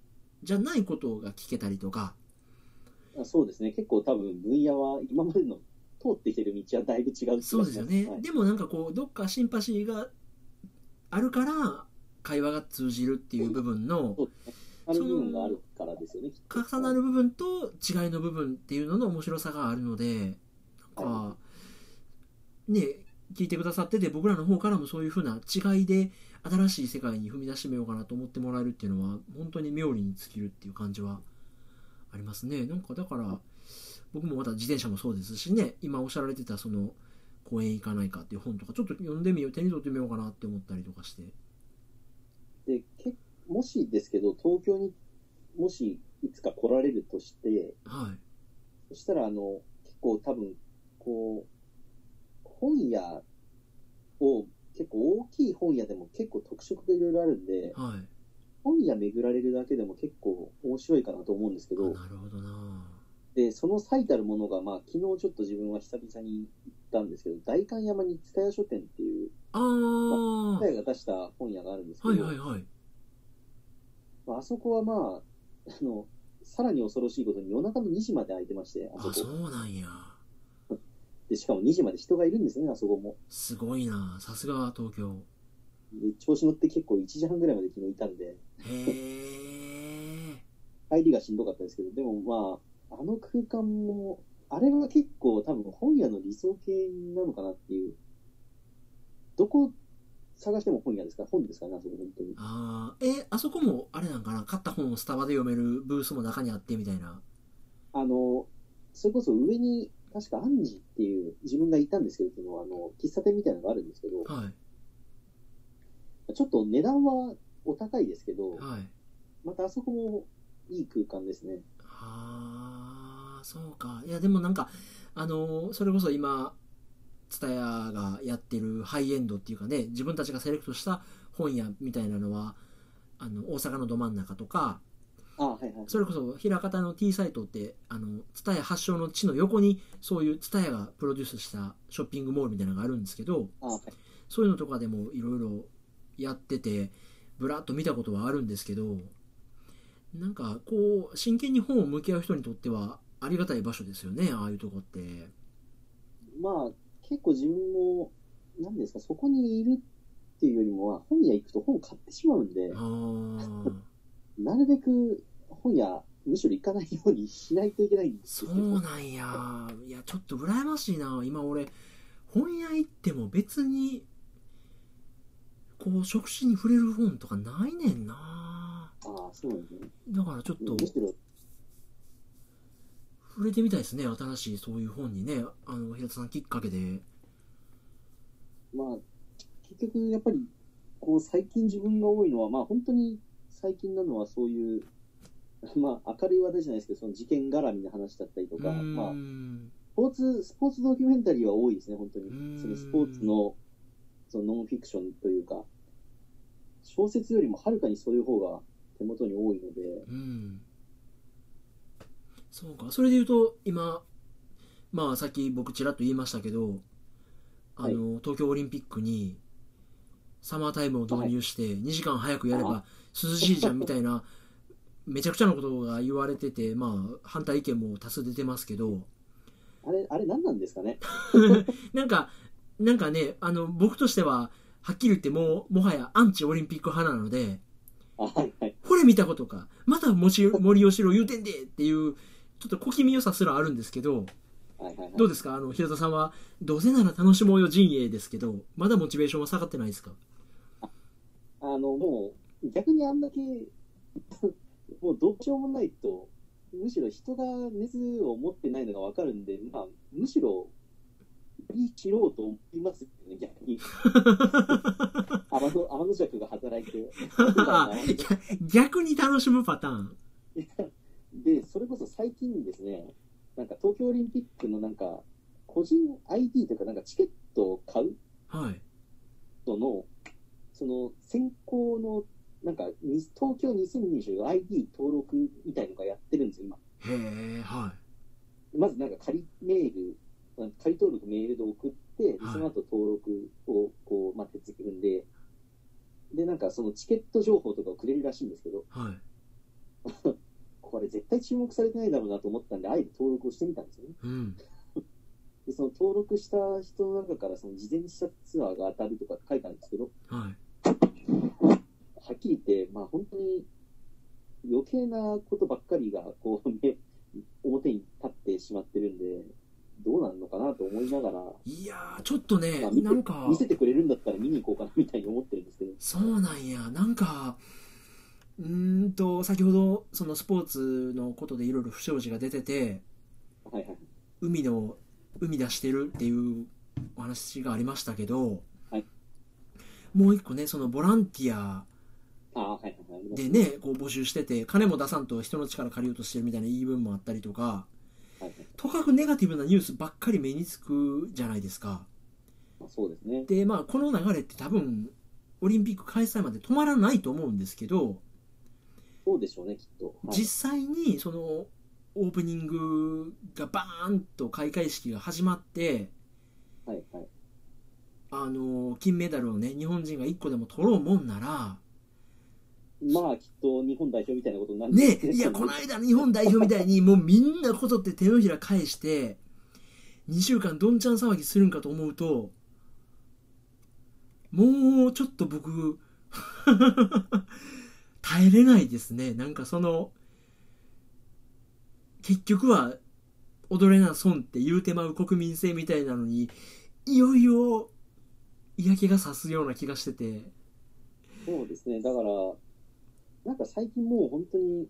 じゃないことが聞けたりとか、あそうですね、結構多分分野は今までの通ってきてる道はだいぶ違う気がしますそうですよね、はいでもなんかこうどっかシンパシーがあるから会話が通じるっていう部分のそうですねある部分があるからですよね、きっと重なる部分と違いの部分っていうのの面白さがあるのでなんかはね聞いてくださってて僕らの方からもそういう風な違いで新しい世界に踏み出してみようかなと思ってもらえるっていうのは本当に妙利に尽きるっていう感じはありますねなんかだから僕もまた自転車もそうですしね今おっしゃられてたその公園行かないかっていう本とかちょっと読んでみよう手に取ってみようかなって思ったりとかしてでけもしですけど、東京にもしいつか来られるとして、はいそしたらあの結構多分こう、本屋を結構大きい本屋でも結構特色がいろいろあるんで、はい本屋巡られるだけでも結構面白いかなと思うんですけあど、なるほどなで、その最たるものが、まあ、昨日ちょっと自分は久々に行ったんですけど、代官山に塚屋書店っていう、あー塚屋が出した本屋があるんですけど、はいはいはいまあ、あそこはまあ、 あの、さらに恐ろしいことに夜中の2時まで開いてまして、あそあこ。そうなんやで、しかも2時まで人がいるんですね、あそこも。すごいなさすが東京で、調子乗って結構1時半ぐらいまで昨日いたんで、へえ帰りがしんどかったですけど、でもまあ、あの空間も、あれは結構多分本屋の理想系なのかなっていう。どこ、探しても本屋ですから、本ですからね、あそこ本当に。あーえあそこもあれなんかな買った本をスタバで読めるブースも中にあってみたいなあの、それこそ上に、確かアンジっていう、自分がいたんですけど、そのあの、喫茶店みたいなのがあるんですけど、はいちょっと値段はお高いですけど、はいまたあそこもいい空間ですね。ああそうかいやでもなんかあのーそれこそ今 TSUTAYA がやってるハイエンドっていうかね自分たちがセレクトした本屋みたいなのはあの大阪のど真ん中とかあはいはい。それこそ枚方の T サイトってあの TSUTAYA 発祥の地の横にそういう TSUTAYA がプロデュースしたショッピングモールみたいなのがあるんですけどあはい。そういうのとかでもいろいろやっててぶらっと見たことはあるんですけどなんかこう真剣に本を向き合う人にとってはありがたい場所ですよねああいうとこってまあ、結構自分も、なんですか、そこにいるっていうよりもは、本屋行くと本買ってしまうんであ、ーなるべく本屋、むしろ行かないようにしないといけないんですそよ。うなんやいやちょっと羨ましいな今俺本屋行っても別にこう触手に触れる本とかないねんなああ、そうなんですね。だからちょっとむしろ、触れてみたいですね新しいそういう本にねあの平田さんきっかけでまあ、結局、やっぱり、こう、最近自分が多いのは、まあ、本当に最近なのはそういう、まあ、明るい話題じゃないですけど、その事件絡みの話だったりとか、うーんまあ、スポーツ、スポーツドキュメンタリーは多いですね、本当うに。んそのスポーツの、そのノンフィクションというか、小説よりもはるかにそういう方が手元に多いので、うんそうかそれで言うと今まあさっき僕ちらっと言いましたけどあの、東京オリンピックにサマータイムを導入して2時間早くやれば涼しいじゃんみたいなめちゃくちゃなことが言われててまあ反対意見も多数出てますけどあれ、あれ何なんですかね なんかなんかねあの僕としてははっきり言ってもうもはやアンチオリンピック派なのであ、はいはい。これ見たことかまたもし森吉郎言うてんでっていうちょっと小気味良さすらあるんですけどはいはいはい。どうですかあの平田さんはどうせなら楽しもうよ陣営ですけどまだモチベーションは下がってないですかあの、もう、逆にあんだけ、 もうどうしようもないと、むしろ人が熱を持ってないのがわかるんで、まあ、むしろ、言い切ろうと思いますよね、逆 に。天の、天の尺が働いて。 逆に楽しむパターンで、それこそ最近ですね、なんか東京オリンピックのなんか、個人 ID というか、なんかチケットを買うはい人の、その選考の、なんか、に東京2020 ID 登録みたいのがやってるんですよ、今。へえはまずなんか仮メール、仮登録メールで送って、ではいその後登録をこう、まあ、手続きるんで、で、なんかそのチケット情報とかをくれるらしいんですけど、いはいこれ絶対注目されてないだろうなと思ったんで、あえて登録をしてみたんですよね。うんで、その登録した人の中から、その事前者ツアーが当たるとかって書いてあるんですけど、はいはっきり言って、まあ本当に余計なことばっかりが、こうね、 表に立ってしまってるんで、どうなんのかなと思いながら、いやーちょっとねまあ見てなんか見せてくれるんだったら見に行こうかなみたいに思ってるんですけど、そうなんやなんかうーんと先ほどそのスポーツのことでいろいろ不祥事が出ててはいはい。海の海出してるっていうお話がありましたけど、はいもう一個ねそのボランティアああ、はいはいはいあります。でねこう募集してて金も出さんと人の力借りようとしてるみたいな言い分もあったりとかはいはい。とかくネガティブなニュースばっかり目につくじゃないですかまあ、そうですね。でまあこの流れって多分オリンピック開催まで止まらないと思うんですけどそうでしょうね、きっと。はい、実際にそのオープニングがバーンと開会式が始まってはいはい。あの金メダルをね日本人が1個でも取ろうもんならまあきっと日本代表みたいなことになるんねすいやこの間の日本代表みたいにもうみんなこぞって手のひら返して2週間どんちゃん騒ぎするんかと思うともうちょっと僕 耐えれないですねなんかその結局は踊れな損って言うてまう国民性みたいなのにいよいよ嫌気がさすような気がしてて、そうですね、だから、なんか最近もう本当に、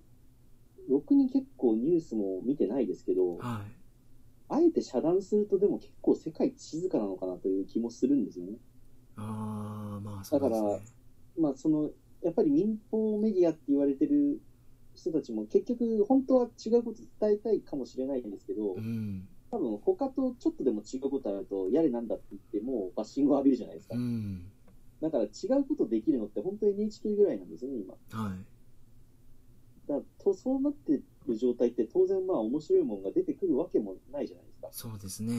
ろくに結構ニュースも見てないですけど、はあえて遮断するとでも結構世界一静かなのかなという気もするんですよね。い。ああ、まあそうですだねか。まあその、やっぱり民放メディアって言われてる人たちも結局本当は違うこと伝えたいかもしれないんですけどう、ん。多分他とちょっとでも違うことあると、やれなんだって言ってもうバッシングを浴びるじゃないですかう。ん。だから違うことできるのって本当 NHK ぐらいなんですよね、今。はい。だからとそうなってる状態って当然まあ面白いものが出てくるわけもないじゃないですか。そうですね。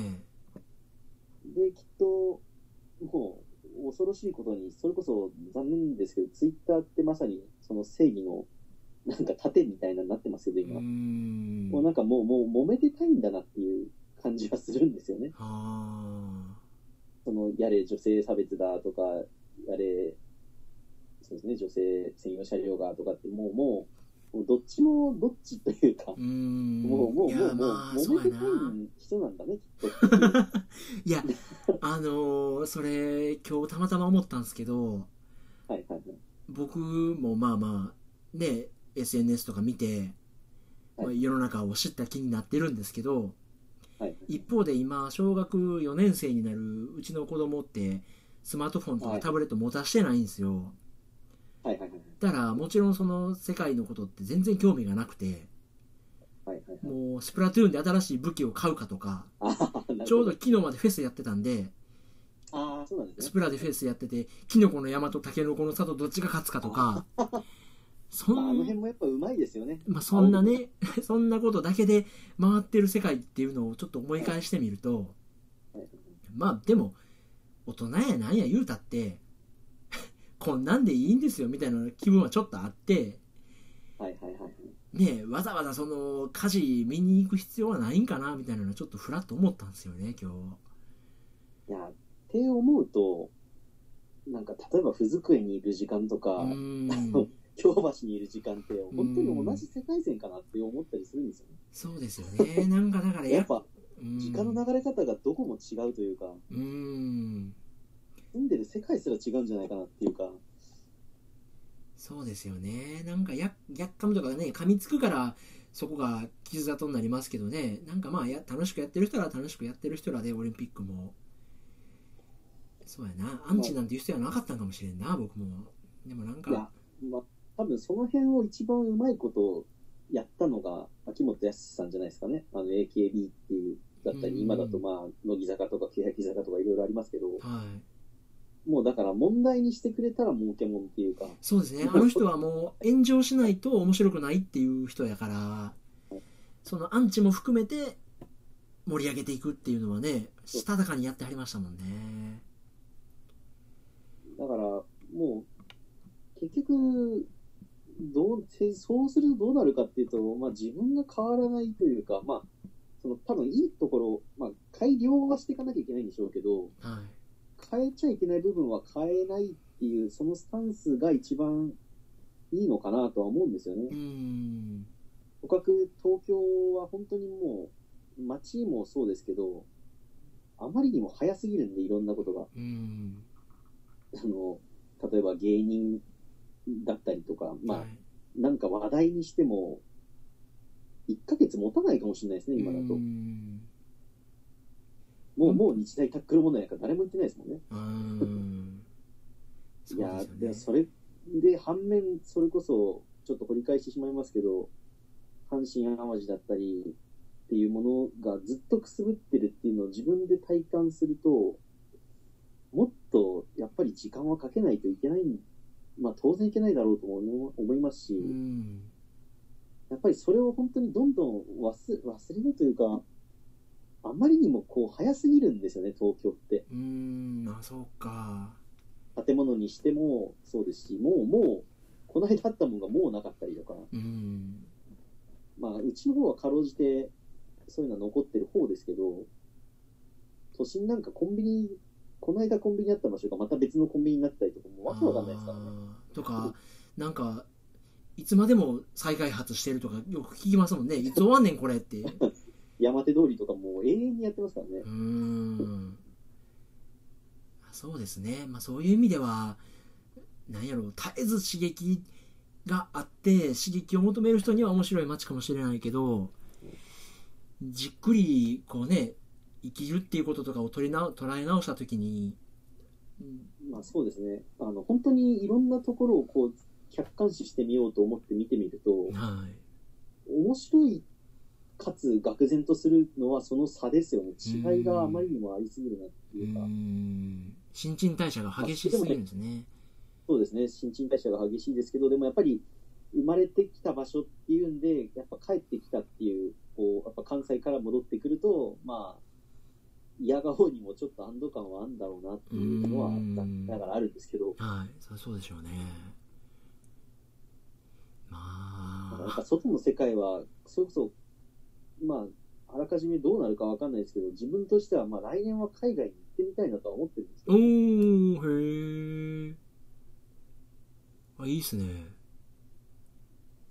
で、きっと、もう恐ろしいことに、それこそ残念ですけど、ツイッターってまさにその正義のなんか盾みたいなのになってますけど、う今。んもう。なんかもう、もう揉めてたいんだなっていう感じはするんですよね。あその、やれ女性差別だとか、やれ、そうですね、女性専用車両がとかって、もう、もう、もうどっちも、どっちというかあ。う、ん。もう、もう、もいやう、もまあ、う、そ揉うめてやたいな。人なんだね、きっと。いや、あのーそれ、今日たまたま思ったんですけど、はいはいはい。僕もまあまあ、ね、SNS とか見て、まあは世の中を知った気になってるんですけど、はいはい。一方で今、小学4年生になるうちの子供って、スマートフォンとはかいタブレット持たしてないんですよ。はいはいはい。だから、もちろんその世界のことって全然興味がなくて、はいはいはい。もう、スプラトゥーンで新しい武器を買うかとか、ああ、なちょうどど。昨日までフェスやってたんで、ああ、そうなんですスね。プラでフェスやってて、キノコの山とタケノコの里どっちが勝つかとか、そまあ、あの辺ん、もやっぱうまいですよね。まあ、そんなね、 そんなことだけで回ってる世界っていうのをちょっと思い返してみると、はいはいまあでも、大人やなんや言うたって、こんなんでいいんですよみたいな気分はちょっとあって、はいはいはいはい。ねえ、わざわざその家事見に行く必要はないんかなみたいなのはちょっとふらっと思ったんですよね、今日。いや、って思うと、なんか例えば、不机にいる時間とうか、ーん。京橋にいる時間って、本当に同じ世界線かなって思ったりするんですよね。そうですよね。なんかだからやっぱ、ぱ、時間の流れ方がどこも違うというか、うーん。住んでる世界すら違うんじゃないかなっていうか、そうですよね。なんかや、やっかむとかね、噛みつくから、そこが傷だとになりますけどね。なんかまあや、楽しくやってる人らは楽しくやってる人らで、オリンピックも。そうやな。アンチなんていう人はなかったんかもしれんな、僕も。でもなんいやか、まあ、多分その辺を一番うまいことをやったのが、秋元康さんじゃないですかね。あの、AKB っていう、だったうんり、今だとまあ、乃木坂とか欅坂とかいろいろありますけど、はい。もうだから問題にしてくれたら儲けもんっていうか、そう ですね。あの人はもう、炎上しないと面白くないっていう人やから、そのアンチも含めて、盛り上げていくっていうのはね、したたかにやってはりましたもんね。だからもう、結局、どう、せそうするとどうなるかっていうと、まあ自分が変わらないというか、まあ、その多分いいところ、まあ改良はしていかなきゃいけないんでしょうけど、はい。変えちゃいけない部分は変えないっていう、そのスタンスが一番いいのかなとは思うんですようーね。ん。とかく東京は本当にもう、街もそうですけど、あまりにも早すぎるんで、いろんなことが。うーん。あの、例えば芸人だったりとか、まあ、はいなんか話題にしても、1ヶ月持たないかもしれないですね、今だとうー。んもう、もう日大タックル問題なんか誰も言ってないですもんね。うーんいや、そうででもすよそれ、で、反面、それこそ、ちょっと掘り返してしまいますけど、阪神・淡路だったりっていうものがずっとくすぶってるっていうのを自分で体感すると、もっとやっぱり時間はかけないといけない、まあ当然いけないだろうとも思思いますし、ね。うんやっぱりそれを本当にどんどん忘忘れるというか、あまりにもこう早すぎるんですよね、東京って。うーんあそうか建物にしてもそうですし、もう、もう、この間あったものがもうなかったりとか、うんまあ、うちの方はかろうじて、そういうのは残ってる方ですけど、都心なんかコンビニ、この間コンビニあった場所がまた別のコンビニになったりとか、もうわけわかんないですからね。あーとかなんかいつまでも再開発してるとかよく聞きますもん ねいつ終わんねんこれってう山手通りとかもう永遠にやってますからね。ーんそうですね、まあ、そういう意味ではなんやろう絶えず刺激があって刺激を求める人には面白い街かもしれないけどじっくりこうね生きるっていうこととかを取りな捉え直した時にまあそうですね。あの、本当にいろんなところをこう、客観視してみようと思って見てみると、はい面白い、かつ愕然とするのはその差ですよね。違いがあまりにもありすぎるなってういうか、ん新陳代謝が激しすぎるんですねそうですね。新陳代謝が激しいですけど、でもやっぱり、生まれてきた場所っていうんで、やっぱ帰ってきたっていう、こう、やっぱ関西から戻ってくると、まあ、嫌顔にもちょっと安堵感はあるんだろうなっていうのは、うんだだからあるんですけど、はいそりゃそうでしょうねまだからやっあぱ外の世界は、それこそ、まあ、あらかじめどうなるかわかんないですけど、自分としては、まあ、来年は海外に行ってみたいなとは思ってるんですけおど、ーへえあいいっすね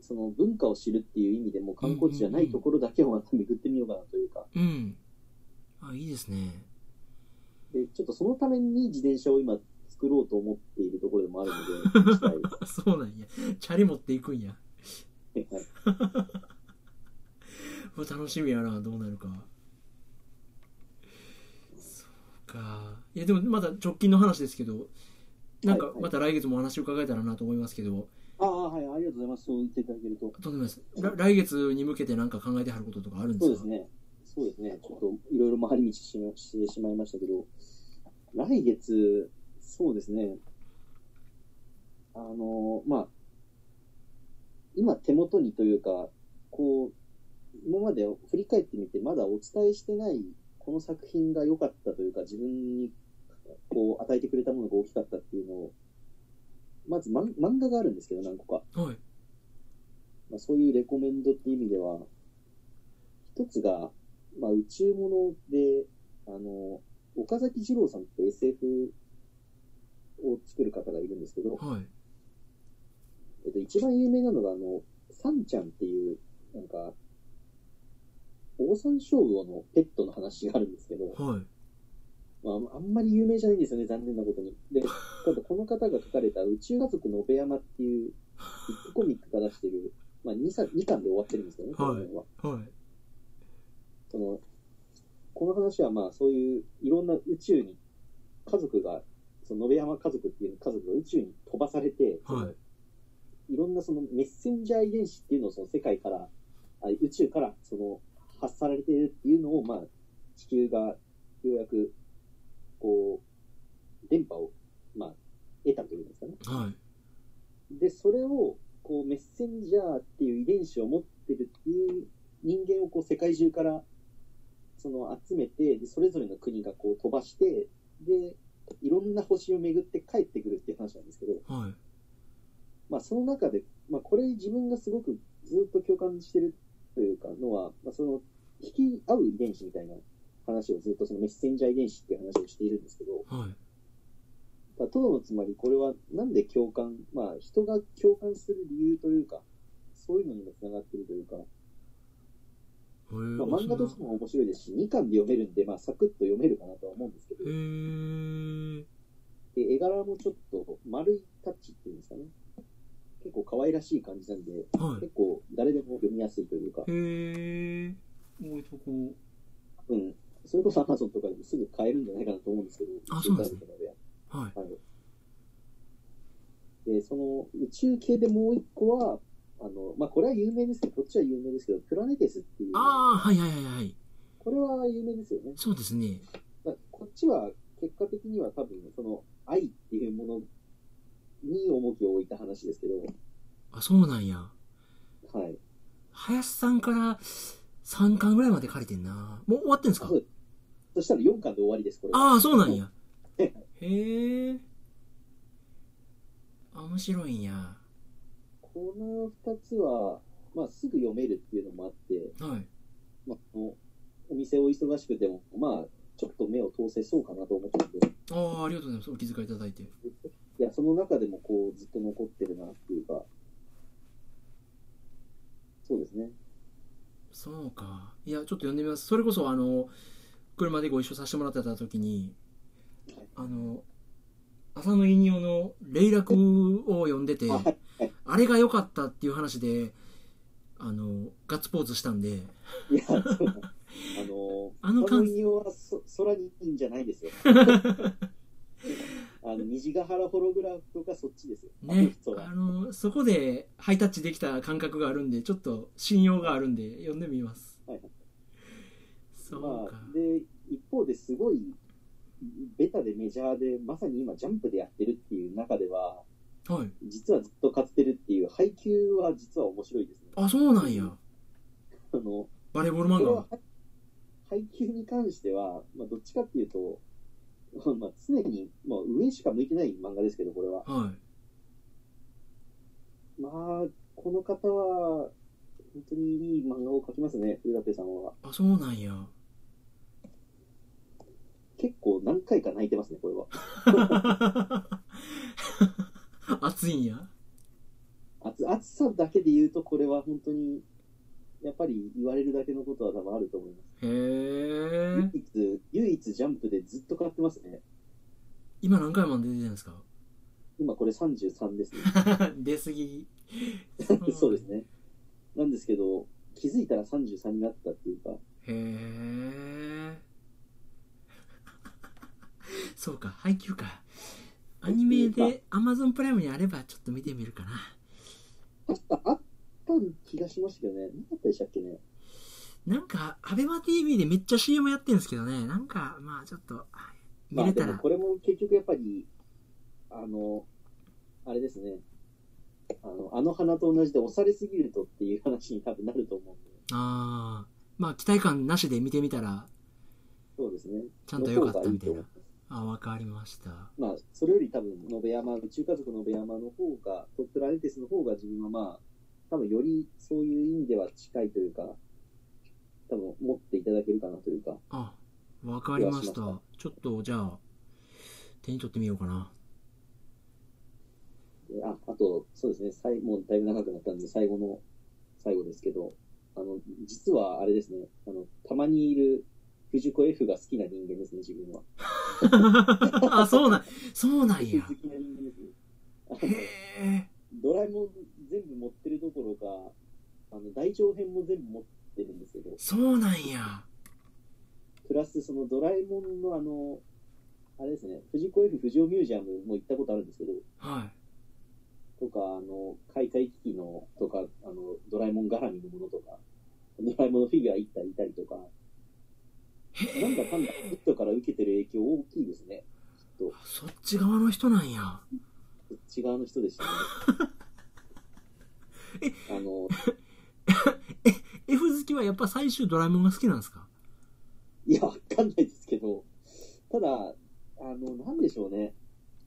その文化を知るっていう意味でも、観光地じゃないところだけをまた巡ってみようかなというか、うんあいいですねで、ちょっとそのために自転車を今、作ろうと思っているところでもあるので、したいあそうなんやチャリ持っていくんやですねはいこれ楽しみやなどうなるかそうかいやでもまだ直近の話ですけどなんかはいはいまた来月もお話を伺えたらなと思いますけどああ、はい、ありがとうございます。そう言っていただけると。とんでもないですら来月に向けて何か考えてはることとかあるんでそすうでかすね。そうですね。ちょっといろいろ回り道しましてしまいましたけど、来月、そうですね。あの、まあ、今手元にというか、こう、今まで振り返ってみて、まだお伝えしてない、この作品が良かったというか、自分に、こう、与えてくれたものが大きかったっていうのを、まず、まん、漫画があるんですけど、何個か。はいまあ、そういうレコメンドっていう意味では、一つが、まあ、宇宙物で、あの、岡崎二郎さんって SF を作る方がいるんですけど、はいえっと、一番有名なのが、あの、サンちゃんっていう、なんか、オオサンショウウオのペットの話があるんですけど、はいまあ、あんまり有名じゃないんですよね、残念なことに。で、ただこの方が書かれた宇宙家族のオベヤマっていう、ビッグコミックが出してる、まあ2、2巻で終わってるんですよね、この本は。はいその、この話はまあそういういろんな宇宙に家族が、その延山家族っていう家族が宇宙に飛ばされて、そのはいいろんなそのメッセンジャー遺伝子っていうのをその世界から、あ宇宙からその発されているっていうのをまあ地球がようやくこう電波をまあ得たというんですかね。はいで、それを、こう、メッセンジャーっていう遺伝子を持ってるっていう人間を、こう、世界中から、その、集めて、で、それぞれの国がこう、飛ばして、で、いろんな星を巡って帰ってくるっていう話なんですけど、はいまあ、その中で、まあ、これ自分がすごくずっと共感してるというか、のは、まあ、その、引き合う遺伝子みたいな話をずっと、そのメッセンジャー遺伝子っていう話をしているんですけど、はいだからとのつまりこれはなんで共感、まあ人が共感する理由というか、そういうのにもつながってるというか、へえまあ、漫画としても面白いですし、2巻で読めるんで、まあサクッと読めるかなとは思うんですけどへ、えで絵柄もちょっと丸いタッチっていうんですかね。結構可愛らしい感じなんで、はい結構誰でも読みやすいというか、へえこういうとこうん。それこそ Amazon とかでもすぐ買えるんじゃないかなと思うんですけど、あそうなんですね一週間とかではいはい。で、その宇宙系でもう一個は、あの、まあ、これは有名ですけど、こっちは有名ですけど、プラネテスっていう。ああはいはいはいはいこれは有名ですよね。そうですねまあこっちは結果的には多分、その愛っていうものに重きを置いた話ですけど、あそうなんやはい。林さんから3巻ぐらいまで借りてんな。もう終わってんすかそうそしたら4巻で終わりです、これは。ああ、そうなんや。えへえ。あ面白いんや。はこの2つは、まあ、すぐ読めるっていうのもあって、い。まあ、あのお店を忙しくても、まあ、ちょっと目を通せそうかなと思ってて、ああ、ありがとうございます。お気遣いいただいて。いや、その中でもこう、ずっと残ってるなっていうか、そうですね。そうか。いや、ちょっと読んでみます。それこそ、あの、車でご一緒させてもらってた時に、あの、浅野稲雄の「霊落」を読んでてはいあれが良かったっていう話であのガッツポーズしたんで いや、そうなんですあの、あの感感じはそ空にいいんじゃな いですよ。あの虹ヶ原ホログラフとかそっちですよ。あのね人はあのそこでハイタッチできた感覚があるんでちょっと信用があるんで読んでみます、はいそうまか、あ、で、一方ですごい、ベタでメジャーで、まさに今ジャンプでやってるっていう中では、はい実はずっと勝ってるっていう配球は実は面白いですね。あそうなんやあの、バレーボールこ漫れ画は配球に関しては、まあ、どっちかっていうと、 まあ、常に、まあ、上しか向いてない漫画ですけど、これは。はいまあ、この方は、本当にいい漫画を描きますね、浦手さんは。あそうなんや結構何回か泣いてますね、これは。 熱いんや暑暑さだけで言うと、これは本当に、やっぱり言われるだけのことは多分あると思います。へえ唯一、唯一ジャンプでずっと買ってますね。今何回も出てるんですか今これ33ですね。出過 ぎそうですね。なんですけど、気づいたら33になったっていうか、へえ そうか配給かアニメで Amazon プライムにあればちょっと見てみるかな確かあった気がしましたけどね。なかったでしたっけね。なんか、アベマ TV でめっちゃ CM やってるんですけどね、なんか、まあちょっと、見まれあたでら、もこれも結局やっぱり、あの、あれですね。あの、あの花と同じで押されすぎるとっていう話に多分なると思うんで。ああ、まあ期待感なしで見てみたら、そうですね。ちゃんと良かったの方がみたいと思な。あわかりました。まあ、それより多分、野辺山、宇宙家族の辺山の方が、トップラレテスの方が自分はまあ、多分よりそういう意味では近いというか、多分持っていただけるかなというか、あ、わかりました。いやしまちょっと、じゃあ、手に取ってみようかな。 であ、あと、そうですね、最もうだいぶ長くなったんで、最後の、最後ですけど、あの、実はあれですね、あの、たまにいる藤子 F が好きな人間ですね、自分は。あ、そうなん、そうなんや。好きな人間ですね。あへのえ。ドラえもん全部持ってるどころか、あの、大長編も全部持ってるんですけど、そうなんや。プラスそのドラえもんのあの、あれですね、藤子 F 不二雄ミュージアムも行ったことあるんですけど、はい。とか、あの、開会機器の、とか、あの、ドラえもん絡みのものとか、ドラえもんのフィギュア一体いたりとか、へなんだかんだ、ヒットから受けてる影響大きいですね。きっと、そっち側の人なんや。こっち側の人でしたね。あの、 F 好きはやっぱ最終ドラえもんが好きなんですかいや、わかんないですけど、ただ、あの、なんでしょうね。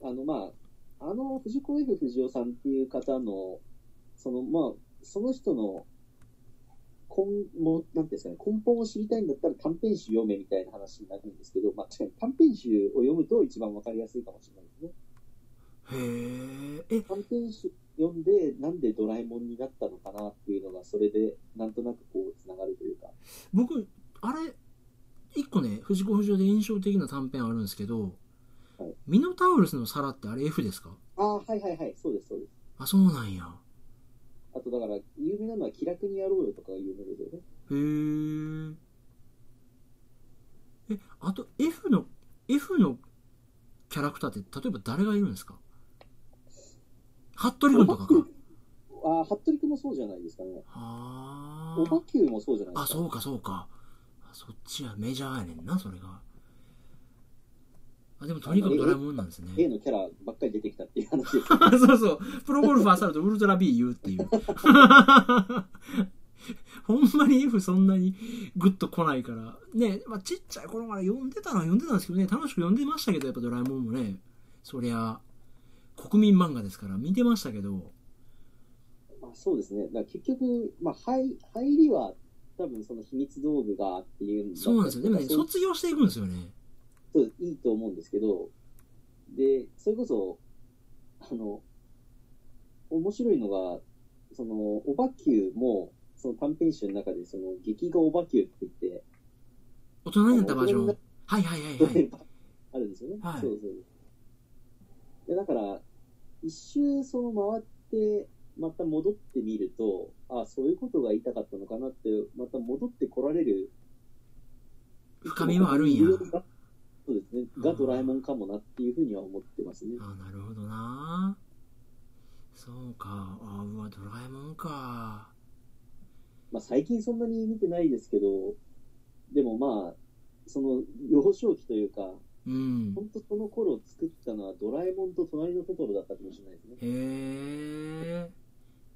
あの、まあ、あの、藤子 F 不二雄さんっていう方の、その、まあ、その人の、根、もう、なんていうんですかね、根本を知りたいんだったら短編集読めみたいな話になるんですけど、まあ、確かに短編集を読むと一番わかりやすいかもしれないですね。へえ。え、短編集読んで、なんでドラえもんになったのかなっていうのが、それで、なんとなくこう、つながるというか。僕あれ一個ね藤子不二雄で印象的な短編あるんですけど、はいミノタウルスの皿ってあれ F ですかああ、はいはいはい、そうです、そうです。あそうなんやあとだから、有名なのは気楽にやろうよとかが有名ですよね。へええあと F の F のキャラクターって例えば誰がいるんですか服部君とかかああ、服部君もそうじゃないですかね。あ小ー田急もそうじゃないあですか。そうかそうかあそっちはメジャーやねんなそれがあでもとにかくドラえもんなんですね A のキャラばっかり出てきたっていう話 です。あ そうそう。プロゴルファーさるとウルトラ B 言うっていう。 ほんまに F そんなにグッと来ないから。ね、まあ、ちっちゃい頃から読んでたのは読んでたんですけどね、楽しく読んでましたけど、やっぱドラえもんもね、そりゃ、国民漫画ですから見てましたけど、まあ、そうですね。だから結局、まあ、入入りは、多分その秘密道具がっていうんだったそうりなとんかですよ。でもね、そう卒業していくんですよね。そういいと思うんですけど、で、それこそ、あの、面白いのが、その、オバキューも、その短編集の中で、その、劇画オバキューって言って、大人になったバージョ大人になン。はいはいはいはい。あるんですよね。はいそうそう。いやだから、一周その回って、また戻ってみると、あそういうことが言いたかったのかなって、また戻ってこられる。深みもあるんや。そうですね。がドラえもんかもなっていうふうには思ってますね。あなるほどなそうかあうわドラえもんかまあ最近そんなに見てないですけど、でもまあ、その幼少期というか、うん本当その頃作ったのはドラえもんと隣のトトロだったかもしれないですね。へえ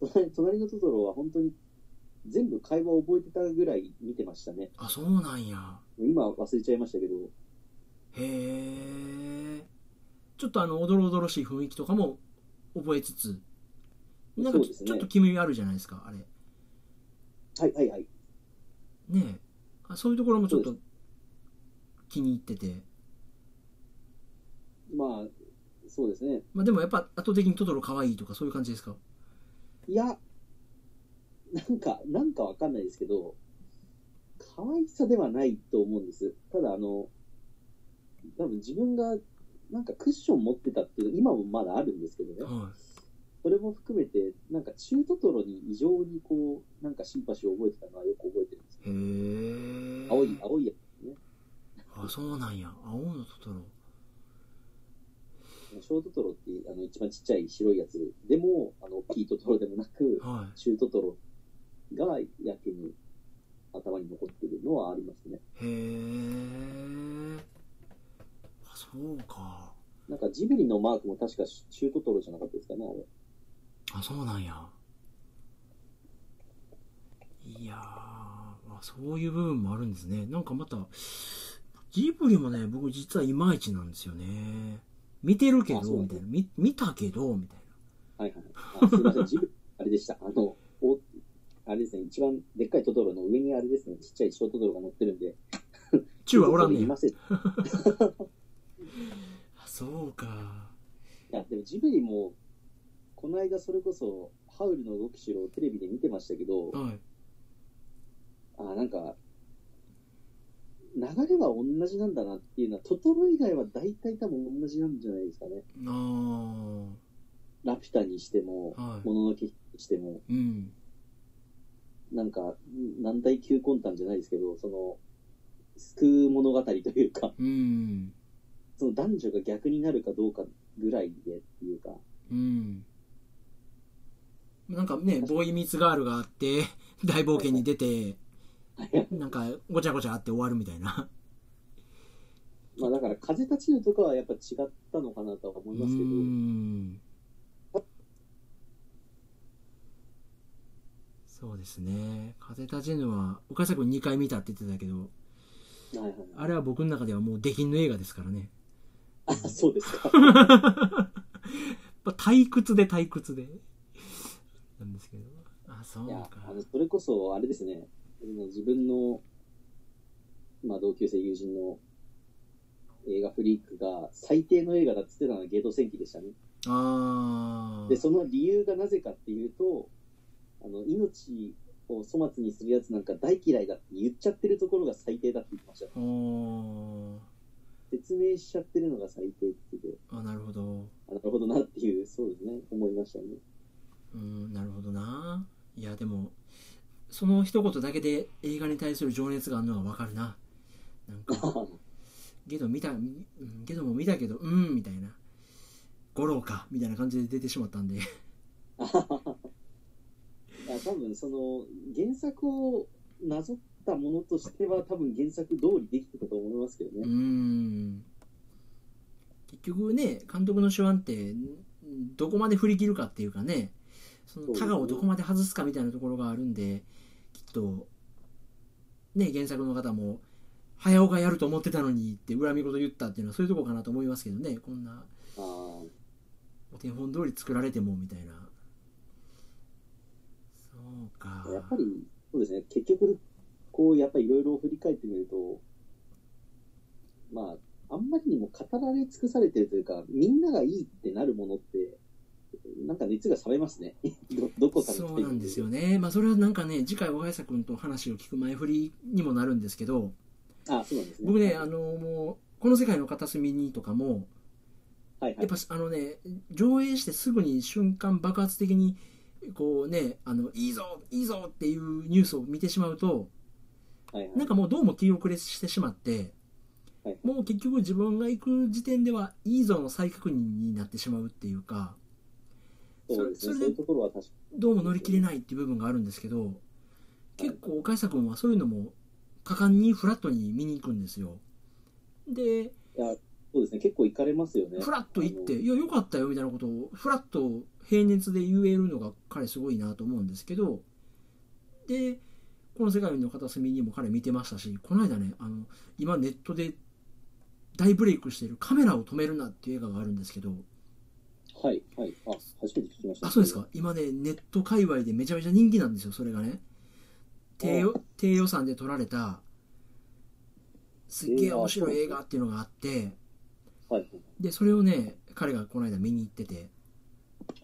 隣隣のトトロは本当に全部会話を覚えてたぐらい見てましたね。あそうなんや今忘れちゃいましたけど、へえちょっとあのおどろおどろしい雰囲気とかも覚えつつなんかそうち,、ですねょっと気味あるじゃないですかあれはいはいはい。ねえあそういうところもちょっと気に入っててまあ、そうですね。まあでもやっぱ圧倒的にトトロ可愛いとかそういう感じですかいや、なんか、なんかわかんないですけど、可愛さではないと思うんです。ただ、あの、多分自分が、なんかクッション持ってたっていう、今もまだあるんですけどね。はそれも含めて、なんか中トトロに異常にこう、なんかシンパシーを覚えてたのはよく覚えてるんですよ。いへえ青い、青いやあそうなんや青のトトロつ。小トトロって、あの、一番ちっちゃい白いやつでも、あの、大きいトトロでもなく、は中トトロがやけに頭に残ってるのはありますい。ね。へえ。あ、そうか。なんかジブリのマークも確か中トトロじゃなかったですかね、あれ。あ、そうなんや。いやー、あそういう部分もあるんですね。なんかまた、ジブリもね、僕実はいまいちなんですよね。見てるけどあ、そうみたいな。み見たけど、みたいな。はいはい。あすい ません、ジブリ、あれでした。あの、お、あれですね、一番でっかいトトロの上にあれですね、ちっちゃい小トトロが乗ってるんで。中はおらんねいんま。せん。いあ、そうか。や、でもジブリも、この間それこそ、ハウルの動きしろをテレビで見てましたけど、はい。あなんか、流れは同じなんだなっていうのは、トトロ以外は大体多分同じなんじゃないですかね。なラピュタにしても、あはもののけ姫にしても、い。うん。なんか、難題級魂胆じゃないですけど、その、救う物語というか、 うん。その男女が逆になるかどうかぐらいでっていうか、 うん。なんかね、ボーイミーツガールがあって、大冒険に出て、なんかごちゃごちゃあって終わるみたいな。まあだから風立ちぬとかはやっぱ違ったのかなとはう思いーますけど、ん。そうですね。風立ちぬは、岡下君2回見たって言ってたけど、はいはいあれは僕の中ではもう出禁の映画ですからね。 あ、そうですか。まあ退屈で退屈で。なんですけど。あ、そういやか、。あの、それこそ、あれですね、あの自分の、まあ、同級生友人の映画フリークが最低の映画だって言ってたのはゲート戦記でしたね。ああ。で、その理由がなぜかっていうと、あの、命を粗末にするやつなんか大嫌いだって言っちゃってるところが最低だって言ってました。おー説明しちゃってるのが最低って言ってて、あ、なるほど。あなるほどなっていう、そうですね、思いましたね。うんなるほどないやでもその一言だけで映画に対する情熱があるのがわかるななんかゲド見たうんゲドも見たけどうんみたいな五郎かみたいな感じで出てしまったんでいや多分その原作をなぞったものとしては多分原作通りできてたと思いますけどうね、ん結局ね監督の手腕ってんどこまで振り切るかっていうかねそのタガをどこまで外すかみたいなところがあるんできっとね原作の方も早尾がやると思ってたのにって恨み事言ったっていうのはそういうとこかなと思いますけどねこんなあお手本通り作られてもみたいなそうかあやっぱりそうですね結局こうやっぱりいろいろ振り返ってみるとまああんまりにも語られ尽くされてるというかみんながいいってなるものってなんか熱が冷めますね どどこから来てるそうなんですよね、まあ、それはなんかね次回小林君と話を聞く前振りにもなるんですけどあそうなんですね僕ねあのもうこの世界の片隅にとかもはいはやっいぱ。あのね上映してすぐに瞬間爆発的にこうねあのいいぞいいぞっていうニュースを見てしまうとはいはないん。かもうどうも気遅れしてしまってはいもう結局自分が行く時点ではいいぞの再確認になってしまうっていうかそうですね。そそれういうところは確かどうも乗り切れないっていう部分があるんですけど結構岡下君はそういうのも果敢にフラットに見に行くんですよでに。いや、そうですね。結構行かれますよね。フラッと行って「いやよかったよ」みたいなことをフラッと平熱で言えるのが彼すごいなと思うんですけどでこの世界の片隅にも彼見てましたしこの間ねあの今ネットで大ブレイクしている「カメラを止めるな」っていう映画があるんですけどはい、はい。あ、初めて聞きました。あそうですか今ねネット界隈でめちゃめちゃ人気なんですよそれがね低よ低予算で撮られたすっげえ面白い映画っていうのがあってはい。でそれをね彼がこの間見に行ってて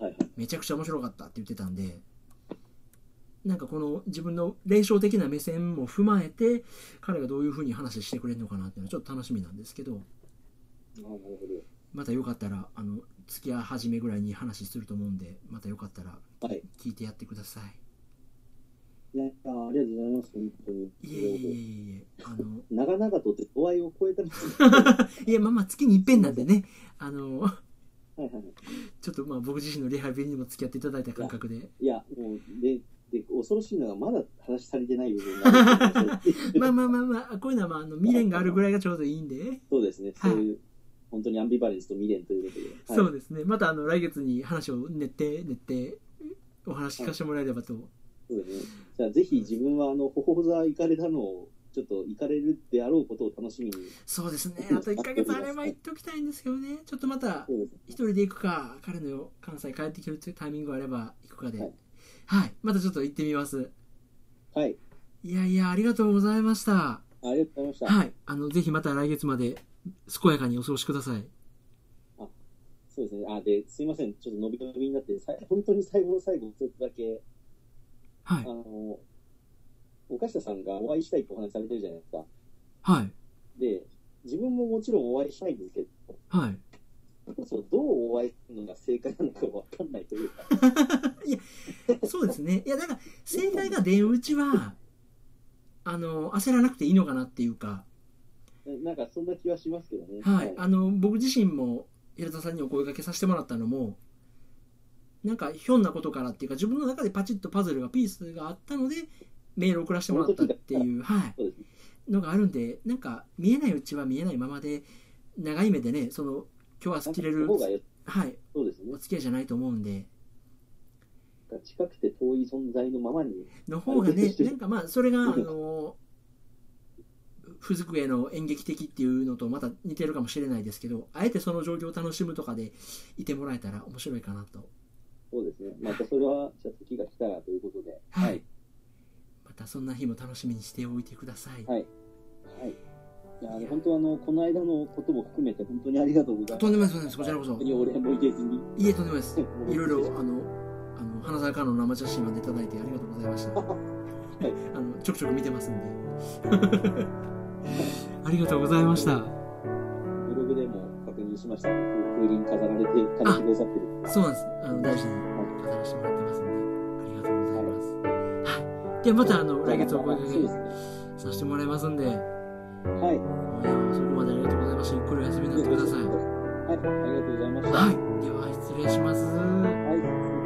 はい。はい。めちゃくちゃ面白かったって言ってたんでなんかこの自分の霊障的な目線も踏まえて彼がどういうふうに話してくれるのかなっていうのはちょっと楽しみなんですけどあなるほど。またよかったらあの付き合い始めぐらいに話すると思うんでまたよかったらはい。聞いてやってくださいや、あありがとうございます。本当いに。いえいえいえいえあの長々とって度合いを超えたみたいいやまあまあ月に一遍なんでねあのな。はいはい。ちょっとまあ僕自身のリハビリにも付き合っていただいた感覚でいや、もう、で、で、恐ろしいのが、まだ話足りてない部分があ る。まあまあまあまあこういうのはまああの未練があるぐらいがちょうどいいんで、そうですね。そういう、本当にアンビバレンスと未練ということで。そうでですね、またあの来月に話を練って練ってお話聞かせてもらえればと、す。そうですね。じゃあ、ぜひ自分は、あの、ほほ座行かれたのを、ちょっと行かれるであろうことを楽しみに。そうですねあと1ヶ月あれば行っときたいんですけどねちょっとまたそうですね。一人で行くか彼の関西帰ってきてるっていうタイミングがあれば行くかでははいい、またちょっと行ってみますはい。いやいやありがとうございましたありがとうございました。はいあのぜひまた来月まで健やかにお過ごしくださいそうですね。あ、で、すいません。ちょっと伸び伸びになって、さい本当に最後の最後、ちょっとだけ、はあいの、岡下さんがお会いしたいってお話されてるじゃないですか。はいで、自分ももちろんお会いしたいんですけど、はいそうどうお会いするのが正解なのかわかんないというか、そうですねいやだから正解が出るうちはあの焦らなくていいのかなっていうかななんかそんな気はしますけどね。はい、あの僕自身も平田さんにお声掛けさせてもらったのもなんかひょんなことからっていうか自分の中でパチッとパズルがピースがあったのでメールを送らせてもらったっていう、はそうですね。い、のがあるんでなんか見えないうちは見えないままで長い目でねその今日は切れるなんかその方、がよはい、そうですねお。付き合いじゃないと思うんでなんか近くて遠い存在のままに、の方がはいねなんかまあそれがあの不机の演劇的っていうのとまた似てるかもしれないですけどあえてその状況を楽しむとかでいてもらえたら面白いかなとそうですね。またそれは、じゃあ時が来たらということで。はい、はい。またそんな日も楽しみにしておいてください、はい。はい。いや、あの本当あの、この間のことも含めて、本当にありがとうございます。とんでもないですとんでもないですこちらこそ本当にお礼もいけずに。いえとんでもないですいろいろあのあの花沢香の生写真までいただいてありがとうございました、いあのちょくちょく見てますんで ありがとうございましたブログでも確認しました。風鈴飾られて、飾ってくださってる。そうなんですあの大事に語らせてもらってますんでありがとうございますはいではまたあの来月お声そうで掛すね。けさせてもらいますんでいやはい。そこまでありがとうございましたゆっくりお休みになってくださいはい、ありがとうございました。はいでは失礼しますはい。